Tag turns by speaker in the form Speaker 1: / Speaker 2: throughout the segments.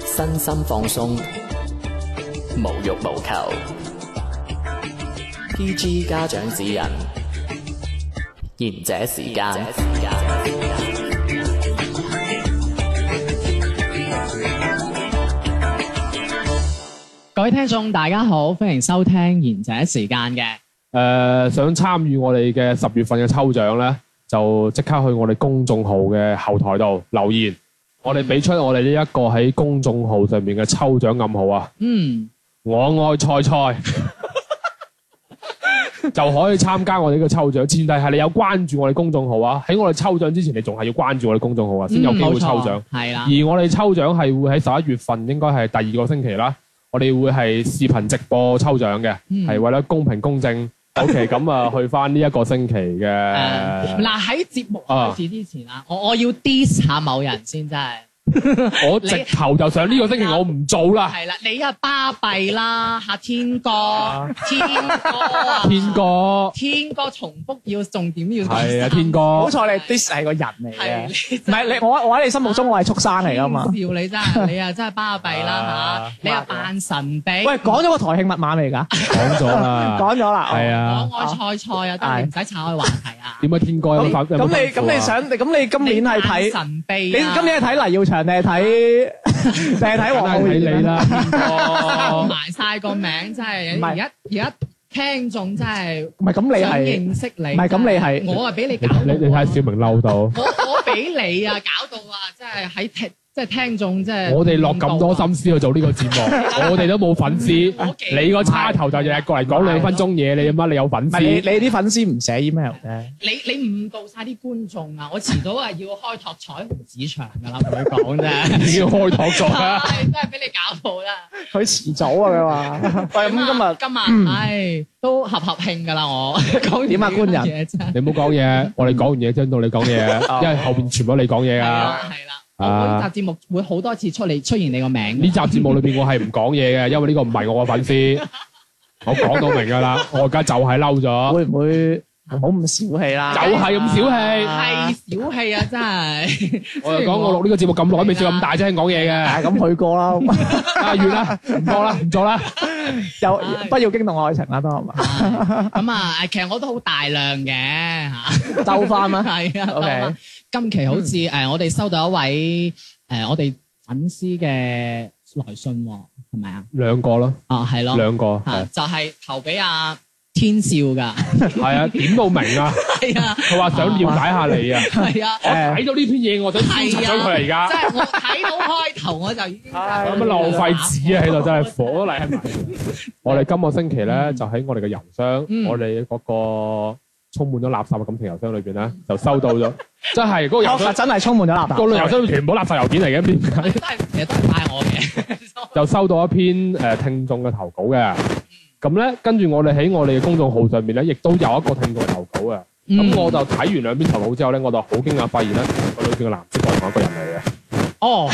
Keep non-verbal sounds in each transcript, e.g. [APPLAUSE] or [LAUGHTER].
Speaker 1: 身心放鬆，無欲無求。PG 家長指引，賢者時間。
Speaker 2: 各位聽眾大家好，歡迎收聽賢者時間嘅。
Speaker 3: 誒、呃想參與我哋嘅十月份嘅抽獎咧，就即刻去我哋公眾號嘅後台度留言，我哋俾出我哋呢一個喺公眾號上面嘅抽獎暗號啊！
Speaker 2: 嗯，
Speaker 3: 我愛菜菜， [LAUGHS] 就可以參加我哋呢個抽獎。前提係你有關注我哋公眾號啊！喺我哋抽獎之前，你仲係要關注我哋公眾號啊，先有機
Speaker 2: 嗯
Speaker 3: 會抽獎。
Speaker 2: 係啦
Speaker 3: 而，我哋抽獎係會喺十一月份，應該係第二個星期啦。我哋會係視頻直播抽獎嘅，係、
Speaker 2: 嗯
Speaker 3: 為咗公平
Speaker 4: [LAUGHS]
Speaker 3: 公正。OK，咁啊，去翻呢一個星期嘅
Speaker 2: 誒，嗱喺節目開始之前啊，我我要 diss 下某人先真係。
Speaker 3: 我直頭就想呢個星期我唔做啦，
Speaker 2: 係啦，你啊巴閉
Speaker 3: [LAUGHS]
Speaker 2: 啦，夏天哥，天哥啊，
Speaker 3: 天，哥，
Speaker 2: 天哥重複要重點要
Speaker 3: 係啊，天哥，
Speaker 4: 好彩你 this 係個人嚟
Speaker 2: 係
Speaker 4: 嘅，
Speaker 2: 你
Speaker 4: 唔係你我我喺你心目中我係畜生嚟噶嘛
Speaker 2: 笑。你真
Speaker 4: [LAUGHS]
Speaker 2: 係，你啊真係巴閉啦
Speaker 3: 啊
Speaker 2: 嚇，你啊扮神秘。
Speaker 4: 喂，講咗個台慶密碼未㗎？
Speaker 3: 講咗啦，
Speaker 4: 講咗啦。
Speaker 3: 係啊，
Speaker 2: 我愛菜菜啊，但係你唔使炒佢話題啊。
Speaker 3: 點解天哥有
Speaker 4: 咁
Speaker 3: 冇
Speaker 4: 咁你咁你想咁你今年係
Speaker 2: 扮
Speaker 4: 睇
Speaker 2: 神
Speaker 4: 你
Speaker 2: 秘啊，
Speaker 4: 今年係睇黎耀祥定係睇 [LAUGHS] 定係睇黃浩
Speaker 3: 睇你
Speaker 4: 然啊？
Speaker 3: 啦，天
Speaker 4: [LAUGHS]
Speaker 2: 收
Speaker 3: 哥，
Speaker 2: 埋晒個名，真係
Speaker 4: 唔係
Speaker 2: 而家而家聽眾真係
Speaker 4: 唔係咁你
Speaker 2: 想
Speaker 4: 係
Speaker 2: 認識你，
Speaker 4: 唔係咁你係
Speaker 2: 我啊俾你
Speaker 3: 你
Speaker 2: 搞到
Speaker 3: 你你睇小明嬲到。
Speaker 2: 我我俾你啊搞到啊，真係喺聽即係聽眾即係
Speaker 3: 我哋落咁多心思去做呢個節目，我哋都冇粉絲
Speaker 2: 我記。得
Speaker 3: 你個叉頭就日日過嚟講兩分鐘嘢，你乜你有粉
Speaker 4: 唔係你
Speaker 3: 絲？
Speaker 4: 你啲粉絲唔寫 email
Speaker 3: [LAUGHS]
Speaker 4: 嘅，
Speaker 2: 你你誤導晒啲觀眾啊！我遲早啊要開拓彩虹市場㗎啦，同你講
Speaker 4: [LAUGHS]
Speaker 2: 啫。
Speaker 3: 已經開拓咗
Speaker 2: [LAUGHS]
Speaker 3: 啦。
Speaker 2: 唉真係俾你搞到啦！
Speaker 4: 佢遲早啊佢話。喂咁
Speaker 2: 今日唉都合合慶㗎啦，我 [LAUGHS] 講完
Speaker 4: 點啊
Speaker 2: 呢單
Speaker 4: 官
Speaker 2: 嘢真係
Speaker 3: 你唔好講嘢，我哋講完嘢先到你講嘢，因為後邊全部都你講嘢
Speaker 2: 係
Speaker 3: 啊。
Speaker 2: 啦係啦，我
Speaker 3: 啊
Speaker 2: 每集節目會好多次出嚟出現你個名㗎。
Speaker 3: 呢集節目裏邊我係唔講嘢嘅，因為呢個唔係我嘅粉絲。我講到明㗎啦，我而家就係嬲
Speaker 4: 今日
Speaker 3: 咗，
Speaker 4: 會唔會唔好咁小氣啦？
Speaker 3: 就係咁小
Speaker 2: 係小氣啊！真係，
Speaker 3: [LAUGHS] 氣。我就講我錄呢個節目咁耐，未試過咁大聲講嘢嘅。
Speaker 4: 係咁去
Speaker 3: [LAUGHS]
Speaker 4: 過啦，
Speaker 3: 啊，完啦，唔講啦，唔做啦。
Speaker 4: [LAUGHS] 又
Speaker 2: 唉
Speaker 4: 不要驚動愛情啦，都
Speaker 3: [LAUGHS]
Speaker 4: 係嘛？
Speaker 2: 咁啊，其實我都好大量嘅嚇，
Speaker 4: 周翻啦。
Speaker 2: 係啊
Speaker 4: OK
Speaker 2: 咁啊。今期好似
Speaker 3: 嗯
Speaker 2: 誒，我哋收到一位誒我哋粉絲嘅來信喎，係咪啊？
Speaker 3: 兩個咯，
Speaker 2: 啊，係咯，
Speaker 3: 兩個
Speaker 2: 嚇
Speaker 3: 係
Speaker 2: 就係投俾阿天少㗎，
Speaker 3: 係啊，點到明啊！
Speaker 2: 係啊，
Speaker 3: 佢話想了解下你啊。
Speaker 2: 係啊，
Speaker 3: 我睇到呢篇嘢，我想消除咗
Speaker 2: 係
Speaker 3: 佢嚟
Speaker 2: 啊，
Speaker 3: 而
Speaker 2: 即
Speaker 3: 家，
Speaker 2: 係我睇到開頭我就已經
Speaker 4: 唉
Speaker 3: 咁樣浪費紙啊，喺度真係火都嚟喺埋。 [LAUGHS] 我哋今個星期咧，就喺我哋嘅郵箱，
Speaker 2: 嗯
Speaker 3: 我哋嗰個充滿咗垃圾嘅感情郵箱裏邊咧，就收到咗， [LAUGHS] 真係嗰個郵
Speaker 4: 確
Speaker 3: 箱，
Speaker 4: 真係充滿咗垃
Speaker 3: 個
Speaker 4: 圾。
Speaker 3: 郵箱全部垃圾郵件嚟嘅，點
Speaker 2: 都
Speaker 3: 解？
Speaker 2: 係其實都係怪我嘅，
Speaker 3: 就收到一篇誒聽眾嘅投稿嘅。咁咧，跟住我哋喺我哋嘅公眾號上面咧，亦都有一個聽眾投稿嘅。 [LAUGHS] 咁我就睇完兩篇投稿之後咧，我就好驚訝發現咧，個女叫嘅男主角係同一個人嚟嘅。
Speaker 2: 哦，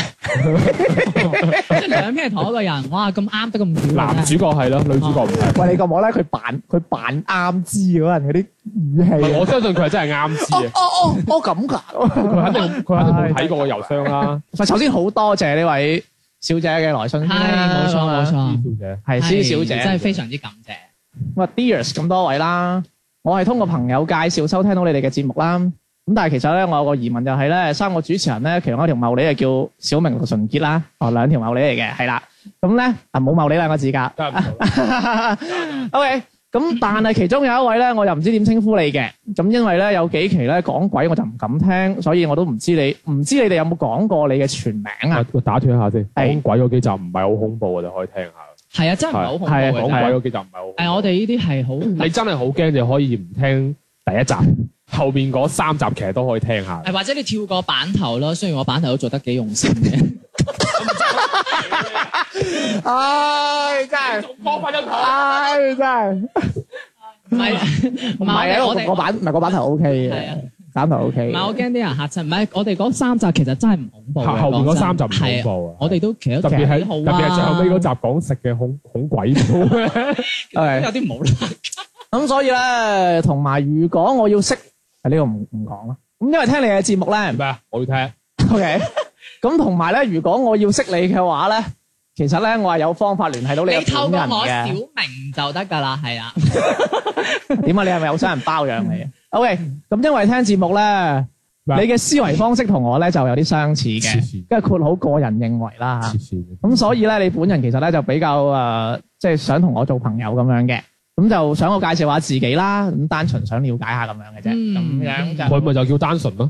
Speaker 2: 即係兩邊係同一個人，哇！咁啱得咁巧嘅啫，
Speaker 3: 男主角係咯，女主角唔係。
Speaker 4: 喂，你咁我咧，佢扮佢扮啱知嗰陣嗰啲
Speaker 3: 唔
Speaker 4: 語氣
Speaker 3: 係
Speaker 4: 啊。
Speaker 3: 我相信佢係真係啱知嘅，
Speaker 4: 哦哦哦，咁㗎。
Speaker 3: 佢肯定佢肯定冇睇過個郵箱啦。
Speaker 4: 喂，首先好多謝呢位小姐嘅來信先
Speaker 3: 啊
Speaker 2: 係
Speaker 4: 啦，
Speaker 2: 冇錯冇錯，
Speaker 3: 施小姐，
Speaker 4: 係嗯施小姐。
Speaker 2: 真係非常之感謝。
Speaker 4: 咁啊，Dears 咁多位啦，我係通過朋友介紹收聽到你哋嘅節目啦。咁但係其實咧，我有個疑問就係咧，三個主持人咧，其中一條茂利係叫小明同純潔啦，哦，兩條茂利嚟嘅，係啦。咁咧啊，冇茂利兩個字㗎。
Speaker 3: 真係唔錯
Speaker 4: [LAUGHS] OK，咁但係其中有一位咧，我又唔知點稱呼你嘅。咁因為咧有幾期咧講鬼我就唔敢聽，所以我都唔知你唔知你哋有冇講過你嘅全名啊？
Speaker 3: 我我打斷一下先，
Speaker 4: 係
Speaker 3: 講鬼嗰幾集唔係好恐怖，我哋可以聽下。
Speaker 2: 係啊，真係唔係好恐怖
Speaker 3: 講
Speaker 4: 係
Speaker 2: 嘅。
Speaker 3: 鬼嗰幾集唔係好恐怖。
Speaker 2: 誒，我哋呢啲係好
Speaker 3: [LAUGHS] 你真係好驚，你可以唔聽第一集，後邊嗰三集其實都可以聽下。
Speaker 2: 誒，或者你跳過版頭咯。雖然我版頭都做得幾用心嘅，
Speaker 4: 唉，真係，
Speaker 3: 仲幫翻咗佢。
Speaker 4: 唉，真係，
Speaker 2: 唔係唔
Speaker 4: 唔係啊，
Speaker 2: 我
Speaker 4: 我
Speaker 2: 哋
Speaker 4: 個版唔係個版頭 O K
Speaker 2: 係啊
Speaker 4: 嘅，版頭 O
Speaker 2: 唔
Speaker 4: K
Speaker 2: 係我驚啲人嚇親，唔係我哋嗰三集其實真係唔恐怖嘅。
Speaker 3: 後邊嗰
Speaker 2: 講真
Speaker 3: 三集唔恐
Speaker 2: 係啊
Speaker 3: 怖啊。
Speaker 2: 我哋都其實
Speaker 3: 特別係
Speaker 2: 幾好啊
Speaker 3: 特別係最後尾嗰集講食嘅恐恐鬼故咧，
Speaker 2: [LAUGHS] 都有啲冇啦。
Speaker 4: 咁所以咧，同埋如果我要識，啊呢個唔唔講啦。咁因為聽你嘅節目咧
Speaker 3: 咩啊？我要聽。
Speaker 4: ，OK，咁同埋咧，如果我要識你嘅話咧，其實咧我係有方法聯繫到你
Speaker 2: 你透
Speaker 4: 嘅
Speaker 2: 過
Speaker 4: 本
Speaker 2: 我小
Speaker 4: 人
Speaker 2: 明就得㗎啦，係啦，啊
Speaker 4: 嘅。點啊？你係咪有想人包養 [LAUGHS] 你啊？OK，咁因為聽節目咧，
Speaker 3: 咩啊
Speaker 4: 你嘅思維方式同我咧就有啲相似
Speaker 3: 黐
Speaker 4: 嘅，
Speaker 3: 線
Speaker 4: 跟住括好個人認為啦。
Speaker 3: 黐線嘅。
Speaker 4: 咁所以咧，你本人其實咧就比較誒，呃即、係想同我做朋友咁樣嘅，咁就想我介紹下自己啦，咁單純想了解下咁樣嘅啫，咁、
Speaker 2: 嗯
Speaker 4: 樣就
Speaker 3: 佢咪就叫單純咯。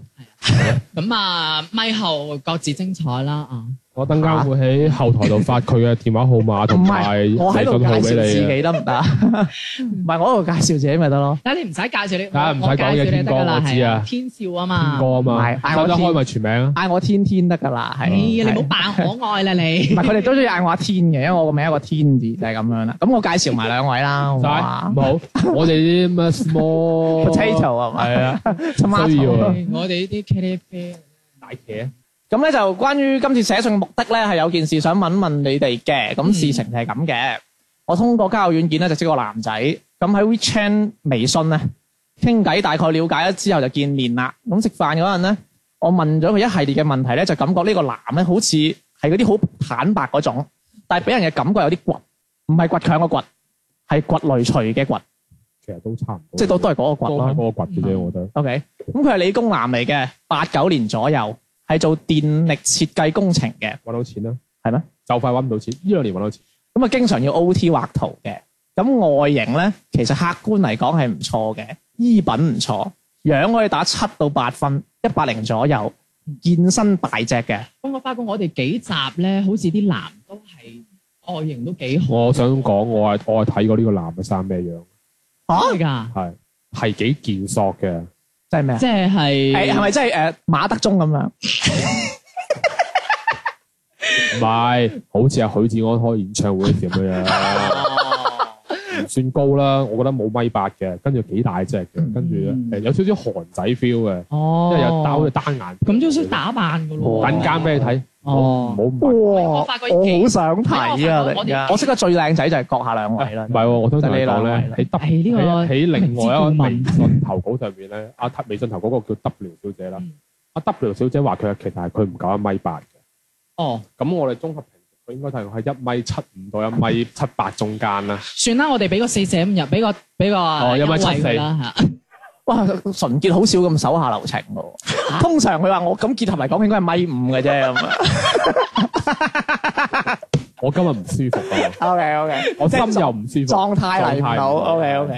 Speaker 2: 咁啊，咪後各自精彩啦啊！
Speaker 3: 我等間會喺後台度發佢嘅電話號碼同
Speaker 4: 啊唔
Speaker 3: 埋
Speaker 4: 係我
Speaker 3: 微
Speaker 4: 喺度
Speaker 3: 信
Speaker 4: 介
Speaker 3: 號
Speaker 4: 紹
Speaker 3: 俾
Speaker 4: 自
Speaker 3: 你嘅。啊
Speaker 4: 己得唔 [LAUGHS] 得？唔係我喺度介紹自己咪得咯，
Speaker 2: 但係你唔使介紹你，
Speaker 3: 啊唔使
Speaker 2: 我
Speaker 3: 講
Speaker 2: 介紹
Speaker 3: 嘅
Speaker 2: 你
Speaker 3: 天
Speaker 2: 得
Speaker 3: 哥
Speaker 2: 㗎啦，
Speaker 3: 我知
Speaker 2: 係
Speaker 3: 啊
Speaker 2: 天少啊嘛，
Speaker 3: 歌啊嘛，
Speaker 4: 係嗌我
Speaker 3: 得開咪全名啊。
Speaker 4: 嗌我天天得㗎啦，
Speaker 2: 哎
Speaker 4: 係。
Speaker 2: 呀，你唔好
Speaker 4: 係
Speaker 2: 扮可愛啦你
Speaker 4: 唔。係佢哋都中意嗌我阿天嘅，因為我個名有個天字就係咁樣啦。咁我介紹埋兩位啦，好唔好啊
Speaker 3: 唔好，我哋啲咩 small
Speaker 4: ？Potato 啊嘛
Speaker 3: 係啊，
Speaker 4: ，tomato
Speaker 3: 需要啊
Speaker 2: 我哋呢啲茄喱啡，
Speaker 3: 大茄
Speaker 4: 咁咧就關於今次寫信嘅目的咧，係有件事想問問你哋嘅。咁
Speaker 2: 嗯
Speaker 4: 事情就係咁嘅，我通過交友軟件咧就識個男仔，咁喺 WeChat 微信咧傾偈，大概了解咗之後就見面啦。咁食飯嗰陣咧，我問咗佢一系列嘅問題咧，就感覺呢個男咧好似係嗰啲好坦白嗰種，但係俾人嘅感覺有啲倔，唔係倔強嘅倔，係倔累隨嘅倔，
Speaker 3: 其實都差唔多，
Speaker 4: 即係都都係嗰個倔
Speaker 3: 都
Speaker 4: 咯
Speaker 3: 係。嗰個掘嘅啫，我覺得。
Speaker 4: OK，咁佢係理工男嚟嘅，八九年左右，係做電力設計工程嘅。
Speaker 3: 揾到錢啦，
Speaker 4: 係咩？
Speaker 3: 就快揾唔到錢，呢兩年揾到錢。
Speaker 4: 咁啊，經常要 O.T. 畫圖嘅。咁外形咧，其實客觀嚟講係唔錯嘅，衣品唔錯，樣可以打七到八分，一百零左右，健身大隻嘅。
Speaker 2: 咁我發覺我哋幾集咧，好似啲男都係外形都幾好
Speaker 3: 我想講，我係我係睇過呢個男嘅生咩樣，
Speaker 4: 啊，
Speaker 2: 㗎，
Speaker 3: 係係幾健索嘅，
Speaker 4: 即係咩啊？
Speaker 2: 即係
Speaker 4: 誒係咪即係誒馬德鐘咁樣？
Speaker 3: 唔係好似係許志安開演唱會嗰時咁樣，
Speaker 2: [LAUGHS]
Speaker 3: 唔算高啦，我覺得冇米八嘅，跟住幾大隻嘅，跟住
Speaker 2: 嗯
Speaker 3: 誒有少少韓仔 feel 嘅，
Speaker 2: 哦
Speaker 3: 因，為有打好似單眼。
Speaker 2: 咁都算打扮㗎咯喎。
Speaker 3: 等間俾你睇，唔好唔
Speaker 2: 哦
Speaker 3: 好唔好
Speaker 4: 哇
Speaker 2: 我發覺幾
Speaker 4: 想
Speaker 2: 我啊發覺我
Speaker 4: 我識得最靚仔就係閣下兩位啦
Speaker 3: 唔。係喎，我想同你
Speaker 4: 就呢兩
Speaker 3: 講
Speaker 4: 位
Speaker 3: 咧
Speaker 4: 啦，
Speaker 3: 喺 W
Speaker 2: 係呢個
Speaker 3: 喺喺另外一個微
Speaker 2: 明知
Speaker 3: 信投稿上面咧，阿微信投稿嗰個叫 W 小姐啦
Speaker 2: 嗯，
Speaker 3: 阿 W 小姐話佢其實係佢唔夠一米八嘅，
Speaker 2: 哦，
Speaker 3: 咁我哋綜合評佢應該係喺一米七五到一米七八中間啦，
Speaker 2: 算啦，我哋俾個四舍五入，俾個俾個
Speaker 3: 哦一米七
Speaker 2: 優
Speaker 3: 四
Speaker 2: 惠佢啦嚇。
Speaker 4: 哇，純潔好少咁手下留情 [LAUGHS] 喎。通常佢話我咁結合嚟講應該係米五嘅啫咁樣。
Speaker 3: 我今日唔舒服啊，
Speaker 4: OK OK。
Speaker 3: 我心又唔舒服，
Speaker 4: 狀態嚟唔到
Speaker 3: 狀態
Speaker 4: ，OK
Speaker 3: 唔
Speaker 4: OK，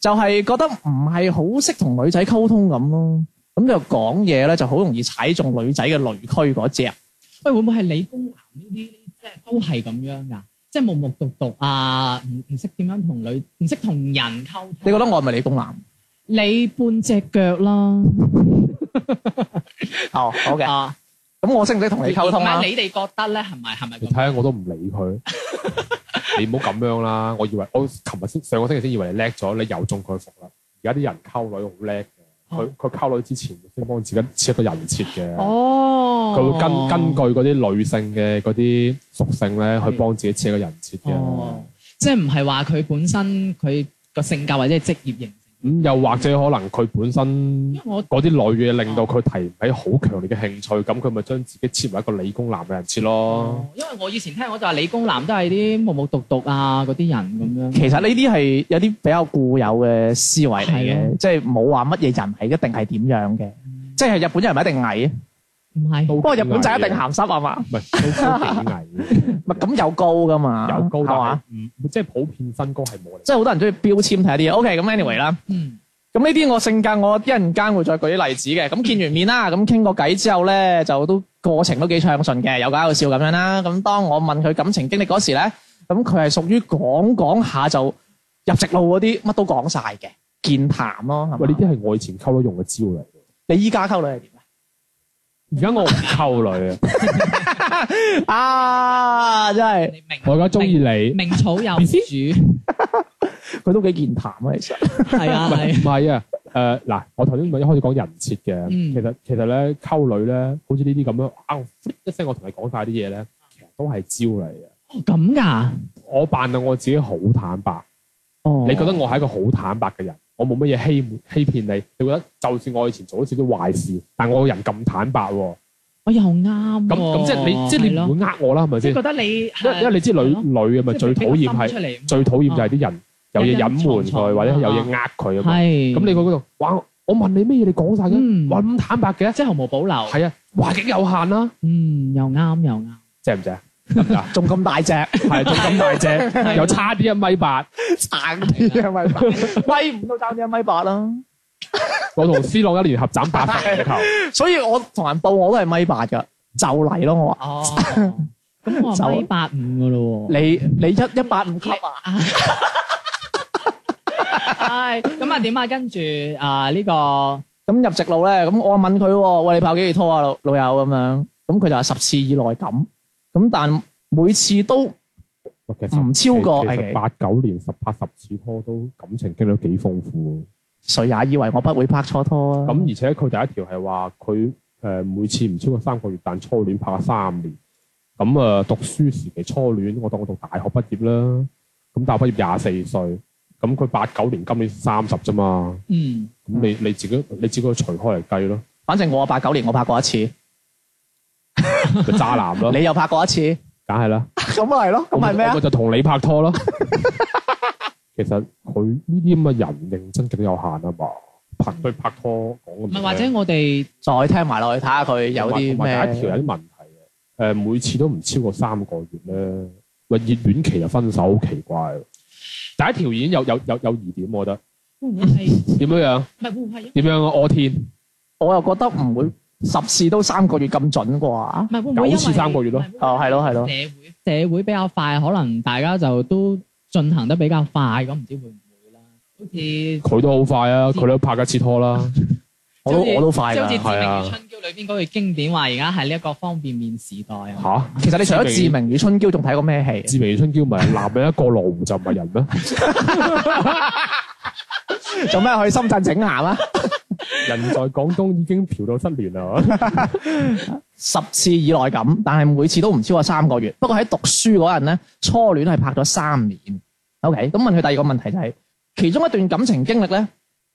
Speaker 4: 就係覺得唔係好識同女仔溝通咁咯，咁就講嘢咧就好容易踩中女仔嘅雷區嗰只，
Speaker 2: 喂，會唔會係理工男呢啲即係都係咁樣㗎？即係木木獨獨啊，唔唔識點樣同女，唔識同人溝通。
Speaker 4: 你覺得我係咪理工男？
Speaker 2: 你半隻腳啦，
Speaker 4: 哦，好嘅，
Speaker 2: 啊，
Speaker 4: 咁我識唔識同你溝通啊
Speaker 2: 唔係？你哋覺得咧，係咪係咪
Speaker 3: 你
Speaker 2: 咁
Speaker 3: 睇？下我都唔理
Speaker 4: [LAUGHS]
Speaker 3: 佢，你唔好咁樣啦，我以為我琴日先上個星期先以為你叻咗，你又中佢伏啦，而家啲人溝女好叻嘅，
Speaker 4: 哦
Speaker 3: 佢佢溝女之前先幫自己設一個人設嘅。
Speaker 2: 哦，
Speaker 3: 佢會根根據嗰啲女性嘅嗰啲屬性咧，去幫自己設一個人設嘅。
Speaker 2: 哦，即係唔係話佢本身佢個性格或者係職業型？
Speaker 3: 咁又或者可能佢本身
Speaker 2: 因為我
Speaker 3: 嗰啲女嘅令到佢提唔起好強烈嘅興趣，咁佢咪將自己設為一個理工男嘅人設
Speaker 4: 哦
Speaker 3: 咯。
Speaker 2: 因為我以前聽我就話理工男都係啲木木獨獨啊嗰啲人咁樣。
Speaker 4: 其實呢啲係有啲比較固有嘅思維嚟
Speaker 2: 係
Speaker 4: 嘅，即係冇話乜嘢人係一定係點樣嘅，即係日本人咪一定矮，
Speaker 2: 唔係，
Speaker 3: 不
Speaker 4: 不過日本仔一定鹹濕啊嘛，
Speaker 3: 唔係都幾矮嘅，
Speaker 4: 咪咁有高噶嘛，
Speaker 3: 有高
Speaker 4: 係嘛？
Speaker 3: 但係唔即係普遍身高係冇嚟。
Speaker 4: 即係好多人中意標籤睇啲嘢。OK，咁 anyway 啦。
Speaker 2: 嗯，
Speaker 4: 咁呢啲我性格，我一陣間會再舉啲例子嘅。咁見完面啦，咁傾過偈之後咧，就都過程都幾暢順嘅，有搞有笑咁樣啦。咁當我問佢感情經歷嗰時咧，咁佢係屬於講講下就入直路嗰啲，乜都講晒嘅，健談咯。係
Speaker 3: 喂，呢
Speaker 4: [LAUGHS] 嘛
Speaker 3: 啲係我以前溝女用嘅招嚟嘅。
Speaker 4: 你依家溝女係點
Speaker 3: 而家我唔溝女啊，
Speaker 4: 啊？啊，真係
Speaker 2: 你明
Speaker 3: 我而家中意你。
Speaker 2: 名草有主，
Speaker 4: 佢都幾健談啊，
Speaker 3: [LAUGHS]
Speaker 4: 其實
Speaker 2: 係啊係啊。
Speaker 3: 唔係啊，誒、嗱，我頭先咪一開始講人設嘅、
Speaker 2: 嗯
Speaker 3: 其實其實咧溝女咧，好似呢啲咁樣，啊一聲我同你講晒啲嘢咧，其實都係招嚟嘅。
Speaker 2: 哦咁㗎，
Speaker 3: 我扮到我自己好坦白，
Speaker 4: 哦
Speaker 3: 你覺得我係一個好坦白嘅人，我冇乜嘢欺欺騙你，你覺得就算我以前做咗少少壞事，但我個人咁坦白喎，
Speaker 2: 我又啱
Speaker 3: 咁咁即係你即係你唔
Speaker 2: 咯，
Speaker 3: 會呃我啦，係咪
Speaker 2: 即
Speaker 3: 先
Speaker 2: 係？覺得你
Speaker 3: 因因為你知女
Speaker 2: 係咯
Speaker 3: 女嘅咪最討厭係
Speaker 2: 出嚟，
Speaker 3: 最討厭就係啲人有嘢隱瞞佢，
Speaker 2: 有嘢
Speaker 3: 或者有嘢呃佢啊嘛。咁你嗰度，哇！我問你咩嘢，你講晒嘅，
Speaker 2: 嗯
Speaker 3: 哇咁坦白嘅，
Speaker 2: 即係毫無保留，
Speaker 3: 係啊，環境有限啦，
Speaker 2: 嗯又啱又啱，
Speaker 3: 正唔正？啊得唔得？
Speaker 4: [LAUGHS] 仲咁大
Speaker 3: [LAUGHS]
Speaker 4: 隻，
Speaker 3: 係仲咁大隻，又差啲一米八。
Speaker 4: 撐啲一米八，米五都爭啲一米八啦。
Speaker 3: 我同 C 朗一年合斬八隻球，
Speaker 4: 所以我同人報我都係米八㗎，就嚟咯我話。
Speaker 2: 哦，
Speaker 3: [LAUGHS]
Speaker 2: 咁我話米八五噶咯喎，
Speaker 4: 你你一一八五級啊？
Speaker 2: 係咁啊點啊？跟住啊呢個
Speaker 4: 咁入直路咧，咁我問佢喎，喂你跑幾次拖啊老老友咁樣，咁佢就話十次以內咁，咁但每次都
Speaker 3: 其實
Speaker 4: 唔超過
Speaker 3: 其
Speaker 4: 係
Speaker 3: 實
Speaker 4: 嘅
Speaker 3: 八九年十拍十次拖都感情經歷都幾豐富。
Speaker 4: 誰也以為我不會拍錯拖啊！
Speaker 3: 咁而且佢第一條係話佢誒每次唔超過三個月，但初戀拍咗三年。咁誒、呃、讀書時期初戀，我當我讀大學畢業啦。咁大學畢業廿四歲，咁佢八九年今年三十啫嘛。
Speaker 2: 嗯
Speaker 3: 咁你你自己你自己去除開嚟計
Speaker 4: [LAUGHS]
Speaker 3: 咯，
Speaker 4: 反正我八九年我拍過一次，
Speaker 3: 就渣男咯，
Speaker 4: 你又拍過一次，
Speaker 3: 梗係啦。
Speaker 4: 哦 [LAUGHS] 咁咪係咯，咁咪咩
Speaker 3: 我
Speaker 4: 啊
Speaker 3: 咪？就同你拍拖咯。 [LAUGHS] 其實佢呢啲咁嘅人認真極有限啊嘛，拍對拍拖講咁
Speaker 2: 唔
Speaker 3: 多
Speaker 2: 係
Speaker 3: 嘢。
Speaker 2: 或者我哋
Speaker 4: 再聽埋落去睇下佢有
Speaker 3: 同埋
Speaker 4: 啲
Speaker 3: 同埋第一條
Speaker 4: 咩？
Speaker 3: 有啲問題啊嘅，誒、每次都唔超過三個月咧，喂熱戀期就分手，好奇怪喎。第一條已經有有有有疑點，我覺得
Speaker 2: 會唔會係
Speaker 3: 點樣樣
Speaker 2: 唔係會唔會係因
Speaker 3: 點樣樣我天
Speaker 4: 我又覺得唔會十次都三個月咁準啩
Speaker 2: 唔。係會唔會因為
Speaker 3: 九次三個月咯？
Speaker 4: 哦，係咯，係
Speaker 2: 社
Speaker 4: 咯，
Speaker 2: 會社會比較快，可能大家就都進行得比較快，咁唔知會唔會啦？好似即
Speaker 3: 佢都好快啊，佢都拍一次拖啦，
Speaker 4: 我都
Speaker 2: 即係
Speaker 4: 我都快
Speaker 2: 係好似《致
Speaker 4: 㗎。
Speaker 3: 係
Speaker 2: 命
Speaker 3: 啊
Speaker 2: 與春嬌》裏邊嗰句經典話，而家係呢一個方便面時代啊！
Speaker 3: 吓、
Speaker 4: 其實你除咗《志明與春嬌》，仲睇過咩戲？
Speaker 3: 志明與春嬌咪係男人一個羅湖就唔係人咩？ [LAUGHS]
Speaker 4: 做咩去深圳整啊牙啦？
Speaker 3: 人在廣東已經嫖到失聯啦，
Speaker 4: 十次以內咁，但係每次都唔超過三個月。不過喺讀書嗰陣咧，初戀係拍咗三年。OK，咁問佢第二個問題就係、其中一段感情經歷咧，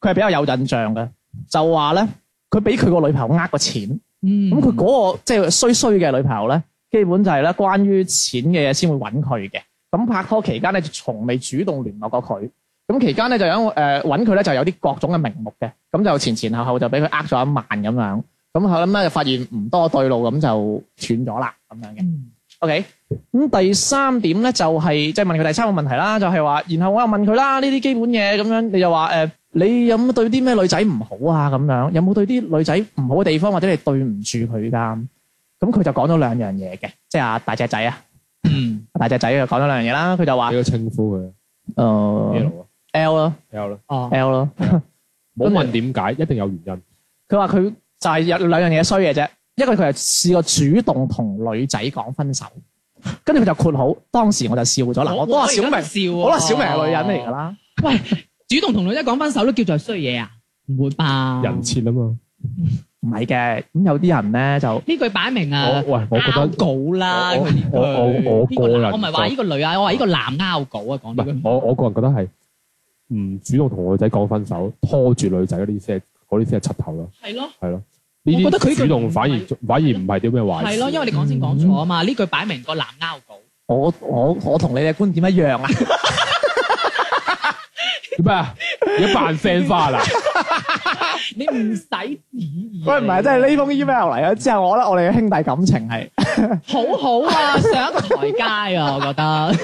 Speaker 4: 佢係比較有印象嘅，就話咧佢俾佢個女朋友呃過錢，
Speaker 2: 嗯，
Speaker 4: 咁佢嗰個即係衰衰嘅女朋友咧，基本就係咧關於錢嘅嘢先會揾佢嘅。咁拍拖期間咧，就從未主動聯絡過佢。咁期間咧就有誒揾佢咧就有啲各種嘅名目嘅，咁就前前後後就俾佢呃咗一萬咁樣。咁後諗咧就發現唔多對路，咁就斷咗啦咁樣嘅。
Speaker 2: 嗯
Speaker 4: OK，咁第三點咧就係即係問佢第三個問題啦，就係話，然後我又問佢啦，呢啲基本嘢咁樣，你就話誒、呃你有冇對啲咩女仔唔好啊？咁樣有冇對啲女仔唔好嘅地方，或者你對唔住佢㗎？咁佢就講咗兩樣嘢嘅，即係阿大隻仔啊，
Speaker 2: 嗯
Speaker 4: 大隻仔就講咗兩樣嘢啦，佢就話
Speaker 3: 你個稱呼佢
Speaker 4: 誒
Speaker 3: L 啊
Speaker 4: 呃 L 咯
Speaker 3: L 啦，
Speaker 2: 哦，
Speaker 4: L 咯，
Speaker 3: 冇問點解，一定有原因。
Speaker 4: 佢話佢就係有兩樣嘢衰嘅啫，一個佢係試過主動同女仔講分手，跟住佢就括號，當時我就笑咗啦，我都話小明。
Speaker 2: 明
Speaker 4: 好啦，小明係女人嚟㗎。啦。
Speaker 2: 喂，主動同女仔講分手都叫做衰嘢啊？唔會吧？
Speaker 3: 人設啊嘛，
Speaker 4: 唔係嘅，咁有啲人咧就
Speaker 2: 呢句擺明
Speaker 3: 我
Speaker 2: 啊，
Speaker 3: 喂，我覺得
Speaker 2: 拗稿啦，
Speaker 3: 我
Speaker 2: 佢呢句
Speaker 3: 我我我
Speaker 2: 呢個
Speaker 3: 個
Speaker 2: 男
Speaker 3: 人
Speaker 2: 我唔係話呢個女啊，我話呢個男拗稿啊，講
Speaker 3: 唔
Speaker 2: 呢
Speaker 3: 係
Speaker 2: 句，
Speaker 3: 我我個人覺得係唔主動同女仔講分手，拖住女仔嗰啲先係嗰啲先係柒頭咯，
Speaker 2: 係咯。
Speaker 3: 係咯。呢
Speaker 2: 我覺得佢
Speaker 3: 啲
Speaker 2: 佢
Speaker 3: 主動反而
Speaker 2: 唔
Speaker 3: 反而唔係啲咩壞事。
Speaker 2: 係咯，因為你講先講錯啊嘛，呢句擺明個男拗稿。
Speaker 4: 我我我同你嘅觀點一樣啊，
Speaker 3: 你咩啊？你扮 friend
Speaker 2: [LAUGHS]
Speaker 3: 花啦？
Speaker 2: 你唔使旨意。
Speaker 4: [LAUGHS] 喂唔係，即係呢封 email 嚟咗之後，我覺得我哋嘅兄弟感情 [LAUGHS] 係
Speaker 2: 好好 [LAUGHS] 啊，上一個台階啊，我覺